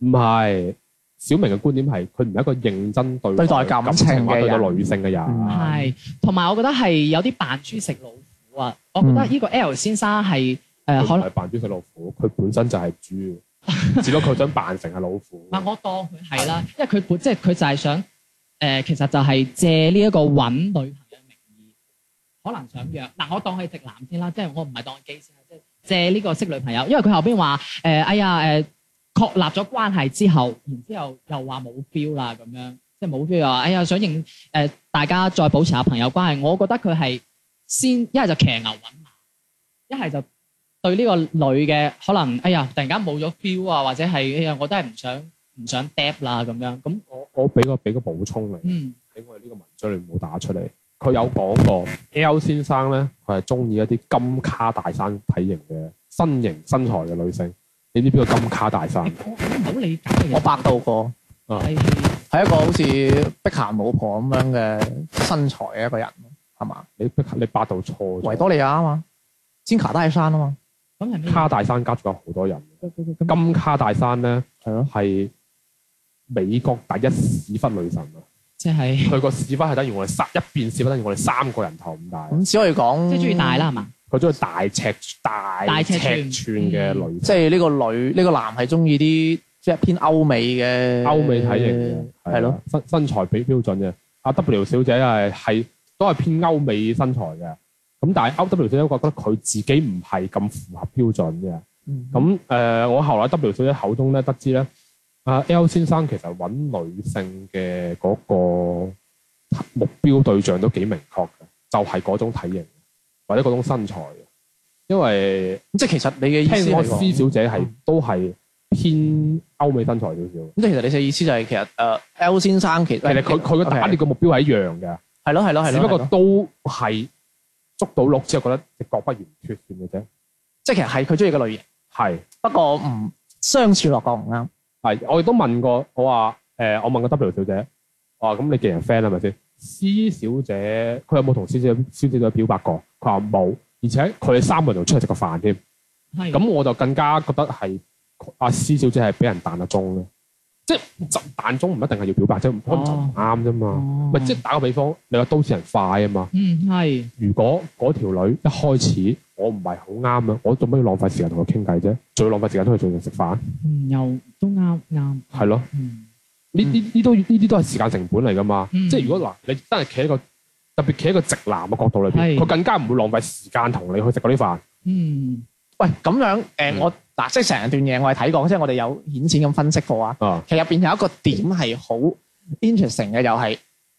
Speaker 3: 唔係，小明嘅觀點係佢唔係一個認真對
Speaker 4: 對待感情嘅人
Speaker 3: 或者對待女性嘅人
Speaker 4: 嗯。
Speaker 2: 係，同埋我覺得係有啲扮豬食老虎啊！我覺得呢個 L 先生係誒、呃
Speaker 3: 佢
Speaker 2: 可
Speaker 3: 唔
Speaker 2: 能
Speaker 3: 係扮豬食老虎，佢本身就係豬，只不過佢想扮成係老虎
Speaker 2: 唔。
Speaker 4: [LAUGHS] 啊
Speaker 2: 係我當佢係啦，因為佢本即係佢就係想誒、呃其實就係借呢一個揾女朋友嘅名義，可能想約嗱、我當佢直男先啦，即係我唔係當佢基先啦，即係借呢個識女朋友，因為佢後邊話誒哎呀誒、呃、確立咗關係之後，然之後又話冇標啦咁樣，即係冇標又話哎呀想認誒、呃大家再保持下朋友關係，我覺得佢係先一係就騎牛揾馬，一係就。對呢個女嘅可能，哎呀，突然間冇咗 feel 啊，或者係，哎呀，我都係唔想唔想 dab 啦咁樣，咁
Speaker 3: 我我俾個俾個補充你。
Speaker 2: 嗯
Speaker 3: 喺我哋呢個文章裏面冇打出嚟。佢有講過 L 先生咧，佢係中意一啲金卡大山體型嘅身形身材嘅女性。你知唔知邊個金卡大山？
Speaker 2: 我唔好理解嘅
Speaker 4: 我百度過，
Speaker 2: 係
Speaker 4: 係一個好似碧咸老婆咁樣嘅身材嘅一個人，係嘛？
Speaker 3: 你你百度錯
Speaker 4: 維
Speaker 3: 咗。
Speaker 4: 多利亞啊嘛，尖卡低山啊嘛，
Speaker 2: 咁係咩？
Speaker 3: 卡大山家族有好多人。
Speaker 4: 咁
Speaker 3: 金卡大山咧
Speaker 4: 係咯，
Speaker 3: 係美國第一屎忽女神啊！
Speaker 2: 即係
Speaker 3: 佢個屎忽係等於我哋三一邊屎忽等於我哋三個人頭咁大。
Speaker 4: 咁只可以講
Speaker 2: 即係中意大啦，係嘛？
Speaker 3: 佢中意大尺大
Speaker 2: 大尺
Speaker 3: 尺
Speaker 2: 寸
Speaker 3: 寸嘅女
Speaker 4: 即係呢個女呢、個男係中意啲即係偏歐美嘅
Speaker 3: 歐美體型嘅，
Speaker 4: 嗯係
Speaker 3: 係
Speaker 4: 咯
Speaker 3: 咯，身身材比標準嘅。阿 W 小姐係係都係偏歐美身材嘅，咁但係 O W 小姐覺得佢自己唔係咁符合標準嘅。
Speaker 4: 咁
Speaker 3: 咁誒、呃我後來 W 小姐口中咧得知咧，阿 L 先生其實揾女性嘅嗰個目標對象都幾明確嘅，就係、嗰種體型或者嗰種身材嘅，因為
Speaker 4: 即係其實你嘅意思
Speaker 3: 聽
Speaker 4: 係
Speaker 3: 我
Speaker 4: 講
Speaker 3: C 小姐係
Speaker 4: 嗯
Speaker 3: 都係偏歐美身材少少。
Speaker 4: 咁即係其實你嘅意思就係其實誒、呃 L 先生其實
Speaker 3: 其實佢佢嘅打獵嘅目標係一樣嘅，
Speaker 4: 係咯係啊咯係
Speaker 3: 只
Speaker 4: 咯，
Speaker 3: 不
Speaker 4: 係
Speaker 3: 過
Speaker 4: 咯
Speaker 3: 都係捉到鹿之後覺得直覺不完脱算嘅啫。
Speaker 4: 即係其實係佢中意嘅類型，
Speaker 3: 係
Speaker 4: 不過唔相處落個唔啱。
Speaker 3: 係，我亦都問過，我話誒、呃我問過 W 小姐，我話咁你既然 friend 係咪先？C 小姐佢有冇同 C 小姐小姐姐表白過？佢話冇，而且佢哋三個人仲出去食個飯添。
Speaker 2: 係
Speaker 3: 咁我就更加覺得係阿 C 小姐係俾人彈得中咧，即係就彈中唔一定係要表白啫，可能就唔啱啫嘛。
Speaker 2: 哦
Speaker 3: 咪即係打個比方，你話都市人快啊嘛。
Speaker 2: 嗯係
Speaker 3: 如果嗰條女一開始我唔係好啱嘅，我做乜要浪費時間同佢傾偈啫？仲要浪費時間同佢做嘢食飯，
Speaker 2: 嗯又都啱啱
Speaker 3: 係咯？
Speaker 2: 嗯
Speaker 3: 呢呢呢都呢啲都係時間成本嚟噶嘛？
Speaker 2: 嗯
Speaker 3: 即係如果嗱，你真係企喺個特別企喺個直男嘅角度裏邊，
Speaker 2: 係
Speaker 3: 佢更加唔會浪費時間同你去食嗰啲飯。
Speaker 2: Ừ. 嗯
Speaker 4: 喂，咁樣誒、呃
Speaker 3: 嗯
Speaker 4: 我嗱即係成段嘢我係睇過，即係我哋有顯淺咁分析過啊。
Speaker 3: 啊，
Speaker 4: 其實入邊有一個點係好 interesting 嘅，又係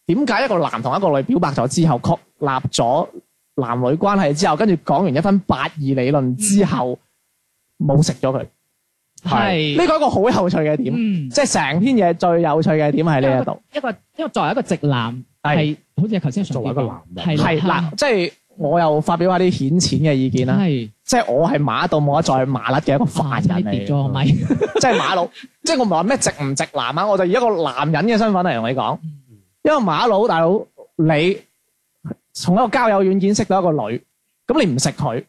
Speaker 4: 點解一個男同一個女表白咗之後，確立咗男女關係之後，跟住講完一分八二理論之後，冇食咗佢，呢
Speaker 2: 係
Speaker 4: 個一個好有趣嘅點，
Speaker 2: 嗯，
Speaker 4: 即係成篇嘢最有趣嘅點喺呢一度，
Speaker 2: 一個因為作為一個直男
Speaker 4: 係
Speaker 2: 係好似頭先上
Speaker 3: 作為一個男人
Speaker 2: 嗯係嗯
Speaker 4: 係嗱，即係我又發表下啲顯淺嘅意見啦，
Speaker 2: 係
Speaker 4: 即係我係馬到冇得再馬甩嘅一個凡人
Speaker 2: 跌
Speaker 4: 嚟
Speaker 2: 咗
Speaker 4: 嘅，
Speaker 2: 咪？
Speaker 4: 即係馬佬，即係我唔係話咩直唔直男啊，我就以一個男人嘅身份嚟同你講，因為馬佬大佬你從一個交友軟件識到一個女，咁你唔食佢，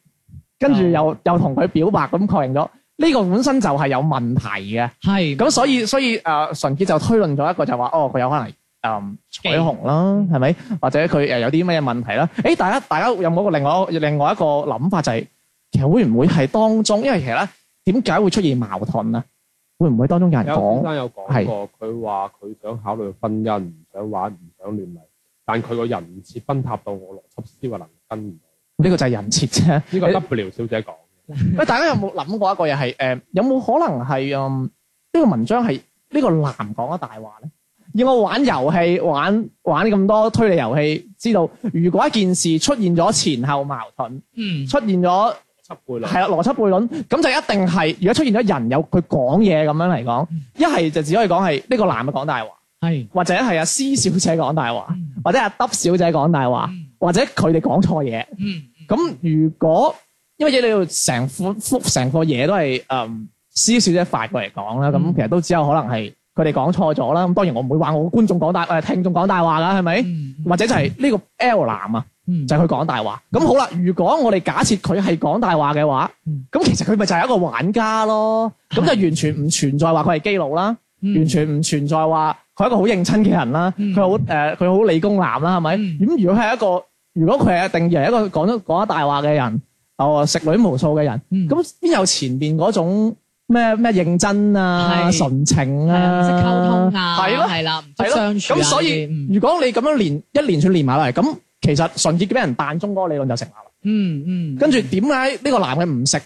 Speaker 4: 跟住又又同佢表白咁確認咗，呢、個本身就係有問題嘅。
Speaker 2: 係
Speaker 4: 咁所以所以誒、呃、純潔就推論咗一個就話哦佢有可能誒、嗯彩虹啦，係咪？或者佢誒有啲乜嘢問題啦？誒大家大家有冇一個另外一個另外一個諗法就係、其實會唔會係當中，因為其實咧點解會出現矛盾咧？會唔會當中有人
Speaker 3: 有先
Speaker 4: 講
Speaker 3: 生有講過，佢話佢想考慮婚姻，唔想玩，唔想亂嚟，但佢個人唔似崩塌到我邏輯思維能跟唔到。
Speaker 4: 呢個就係人設啫？
Speaker 3: 呢
Speaker 4: 誒
Speaker 3: 個 W 小姐講嘅，
Speaker 4: 喂，大家有冇諗過一個嘢係誒？有冇可能係嗯呢個文章係呢個男講咗大話咧？要我玩遊戲玩玩咁多推理遊戲，知道如果一件事出現咗前後矛盾，
Speaker 2: 嗯
Speaker 4: 出現咗
Speaker 3: 七倍啦。
Speaker 4: 係啊邏輯悖論，咁就一定係如果出現咗人有佢講嘢咁樣嚟講，一係就只可以講係呢個男嘅講大話，
Speaker 2: 係
Speaker 4: 或者係阿施小姐講大話，
Speaker 2: 嗯
Speaker 4: 或者阿得小姐講大
Speaker 2: Ừ.
Speaker 4: 話，或者佢哋講錯嘢。
Speaker 2: 嗯
Speaker 4: 咁如果因為你要成副幅成個嘢都係誒施小姐發過嚟講啦，咁、
Speaker 2: 嗯
Speaker 4: 其實都只有可能係佢哋講錯咗啦。咁當然我唔會話我觀眾講大誒聽眾講大話啦，係咪？
Speaker 2: 嗯
Speaker 4: 或者就係呢個 L 男啊，
Speaker 2: 嗯
Speaker 4: 就係佢講大話。咁好啦，如果我哋假設佢係講大話嘅話
Speaker 2: 嗯，
Speaker 4: 咁其實佢咪就係一個玩家咯。咁就完全唔存在話佢係基佬啦，
Speaker 2: 嗯
Speaker 4: 完全唔存在話佢係一個好認真嘅人啦，
Speaker 2: 嗯
Speaker 4: 佢好誒佢好理工男啦，係咪？
Speaker 2: 嗯
Speaker 4: 咁如果係一個如果佢係定義係一個講咗講咗大話嘅人，哦食女無數嘅人，
Speaker 2: 嗯
Speaker 4: 咁邊有前邊嗰種咩咩認真啊、
Speaker 2: 係
Speaker 4: 純情
Speaker 2: 係啊
Speaker 4: 啊、
Speaker 2: 唔識溝通啊，
Speaker 4: 係咯。
Speaker 2: 係啦，唔
Speaker 4: 係
Speaker 2: 識
Speaker 4: 咯
Speaker 2: 相處啊
Speaker 4: 咁所以
Speaker 2: 呢啲嗯
Speaker 4: 如果你咁樣連一連串連埋落嚟，咁其實純潔俾人彈中嗰個理論就成立啦。
Speaker 2: 嗯嗯，
Speaker 4: 跟住點解呢個男嘅唔食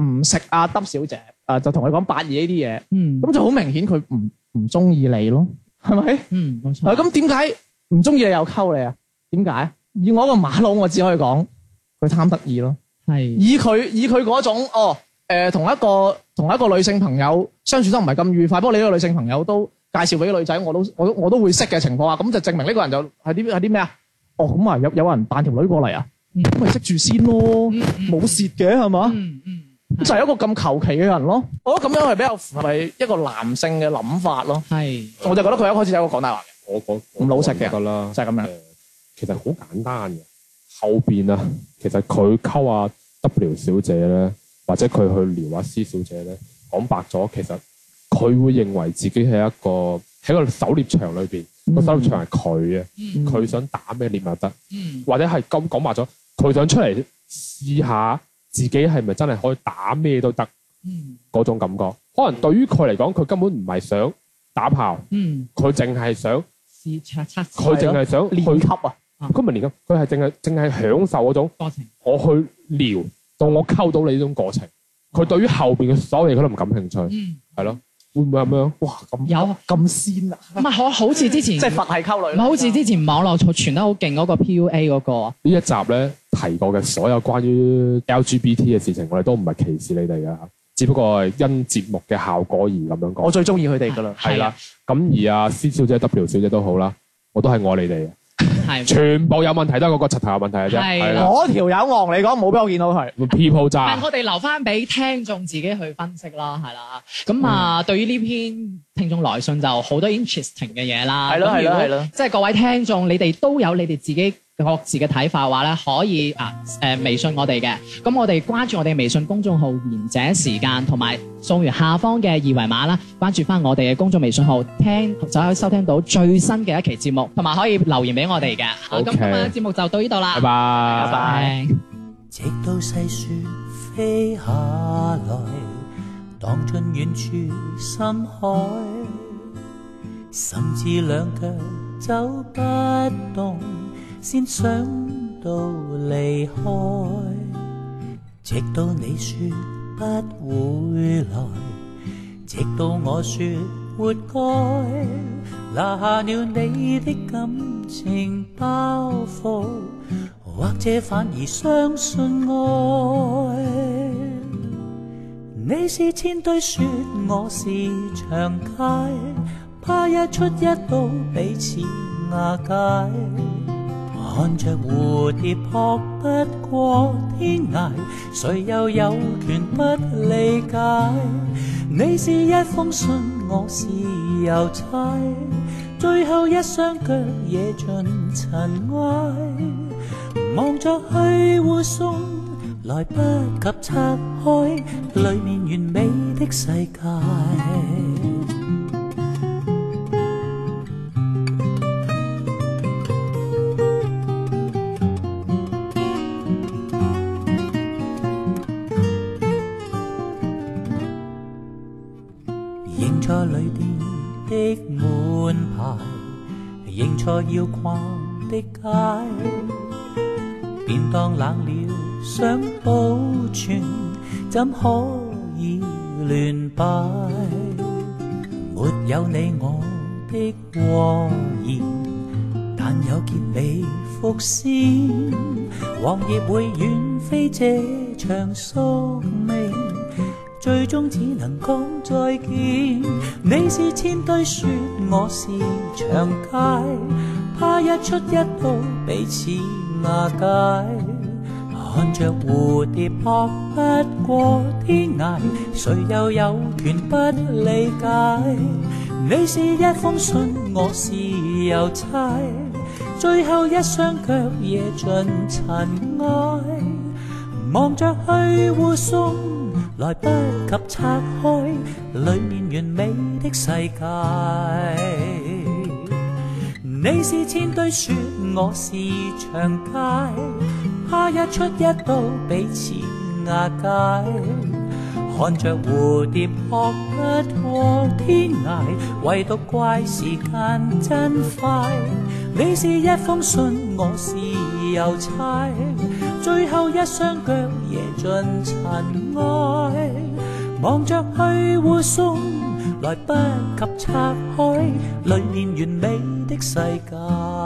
Speaker 4: 唔食阿德小姐？啊，就同佢講八二呢啲嘢，
Speaker 2: 嗯
Speaker 4: 咁就好明顯佢唔唔中意你咯，係咪？
Speaker 2: 嗯冇
Speaker 4: 啊
Speaker 2: 錯，
Speaker 4: 咁點解唔中意你又溝你啊？點解？以我一個馬佬，我只可以講佢貪得意咯。
Speaker 2: 係
Speaker 4: 以佢以佢嗰種哦，誒、同一個同一個女性朋友相處得唔係咁愉快，不過你呢個女性朋友都介紹俾女仔，我都我都我都會識嘅情況啊，咁就證明呢個人就係啲係啲咩啊？哦，咁啊有有人扮條女過嚟啊，
Speaker 2: 嗯
Speaker 4: 咁咪識住先咯，
Speaker 2: 嗯嗯
Speaker 4: 冇蝕嘅係嘛？
Speaker 2: 嗯嗯
Speaker 4: 咁就係一個咁求其嘅人咯，我覺得咁樣係比較符合一個男性嘅諗法咯，
Speaker 2: 係
Speaker 4: 我就覺得佢一開始有一個講大話
Speaker 3: 我講
Speaker 4: 咁老實嘅
Speaker 3: 得啦
Speaker 4: 嘅，，就係、咁樣。
Speaker 3: 誒呃其實好簡單嘅。後邊啊，其實佢溝阿 W 小姐咧，或者佢去撩阿 C 小姐咧，講白咗，其實佢會認為自己係一個喺個狩獵場裏邊，
Speaker 4: 嗯
Speaker 3: 個狩獵場係佢嘅，
Speaker 2: 嗯
Speaker 3: 佢想打咩獵物得，
Speaker 2: 嗯
Speaker 3: 或者係咁講白咗，佢想出嚟試下自己係咪真係可以打咩都得
Speaker 2: 嗯
Speaker 3: 嗰種感覺。可能對於佢嚟講，佢根本唔係想打炮，
Speaker 2: 嗯，
Speaker 3: 佢淨係想，
Speaker 2: 試測測試
Speaker 3: 佢淨係想
Speaker 4: 練
Speaker 3: 去
Speaker 4: 級啊，
Speaker 3: 佢唔係連咁，佢係淨係淨係享受嗰種
Speaker 2: 過程，
Speaker 3: 我去撩到我溝到你呢種過程。佢對於後邊嘅所有嘢佢都唔感興趣，
Speaker 2: 嗯
Speaker 3: 係咯？會唔會咁樣？
Speaker 4: 哇咁
Speaker 2: 有
Speaker 4: 咁鮮啊，
Speaker 2: 唔係可好似之前
Speaker 4: 即係佛系溝
Speaker 2: 唔
Speaker 4: 女
Speaker 2: 係
Speaker 4: 啦，
Speaker 2: 好似之前網絡傳得好勁嗰個 PUA 嗰個，啊
Speaker 3: 呢一集咧提過嘅所有關於 LGBT 嘅事情，我哋都唔係歧視你哋㗎，只不過係因節目嘅效果而咁樣
Speaker 4: 我
Speaker 3: 講。
Speaker 4: 最中意佢哋㗎啦。
Speaker 3: 係啦，咁而阿 C 小姐、W 小姐都好啦，我都係愛你哋嘅，
Speaker 2: 係
Speaker 3: 全部有問題都係嗰個柒頭有問題嘅啫。
Speaker 2: 係啦
Speaker 3: 係啦
Speaker 4: 嗰條友昂你講冇啊俾我見到佢，
Speaker 3: ，people
Speaker 2: 但
Speaker 3: 咋
Speaker 2: 係？我哋留翻俾聽眾自己去分析啦，係啦。咁啊，對於呢篇聽眾來信就好多 interesting 嘅嘢啦。
Speaker 4: 係咯
Speaker 2: 咁如果
Speaker 4: 係咯係咯
Speaker 2: 即係各位聽眾，你哋都有你哋自己各自嘅睇法嘅話咧，可以啊誒、微信我哋嘅。咁我哋關注我哋微信公眾號賢者時間，同埋掃完下方嘅二維碼啦，關注翻我哋嘅公眾微信號，聽就可以收聽到最新嘅一期節目，同埋可以留言俾我哋嘅。好，咁
Speaker 3: OK
Speaker 2: 今日嘅節目就到呢度啦。
Speaker 3: 拜拜
Speaker 4: 拜拜。
Speaker 5: 直到細雪飛下來，蕩進遠處深海，甚至兩腳走不動，先想到離開。直到你說不會來，直到我說活該，拿下了你的感情包袱，或者反而相信愛。你是千堆雪，我是長街，怕一出一到彼此瓦解。看着蝴蝶撲不過天涯，誰又有權不理解？你是一封信，我是郵差，最後一雙腳野盡塵埃。望着去護送，來不及拆開裏面完美的世界。認錯旅店的門牌，認錯要逛的街。便當冷了，想保存，怎可以亂擺？沒有你我的禍言，但有結你伏線。黃葉會遠飛，這場宿命，最終只能講再見。你是千堆雪，我是長街。怕一出一到彼此瓦解。看着蝴蝶撲不過天涯，誰又有權不理解？你是一封信，我是郵差，最後一雙腳野盡塵埃。望着去護送，來不及拆開裡面完美的世界。你是千堆雪，我是長街，怕一出一到彼此瓦解。看着蝴蝶撲不過天涯，唯獨怪時間真快。你是一封信，我是郵差，最後一雙腳夜盡塵埃。望着去護送，來不及拆開裡面完美的世界。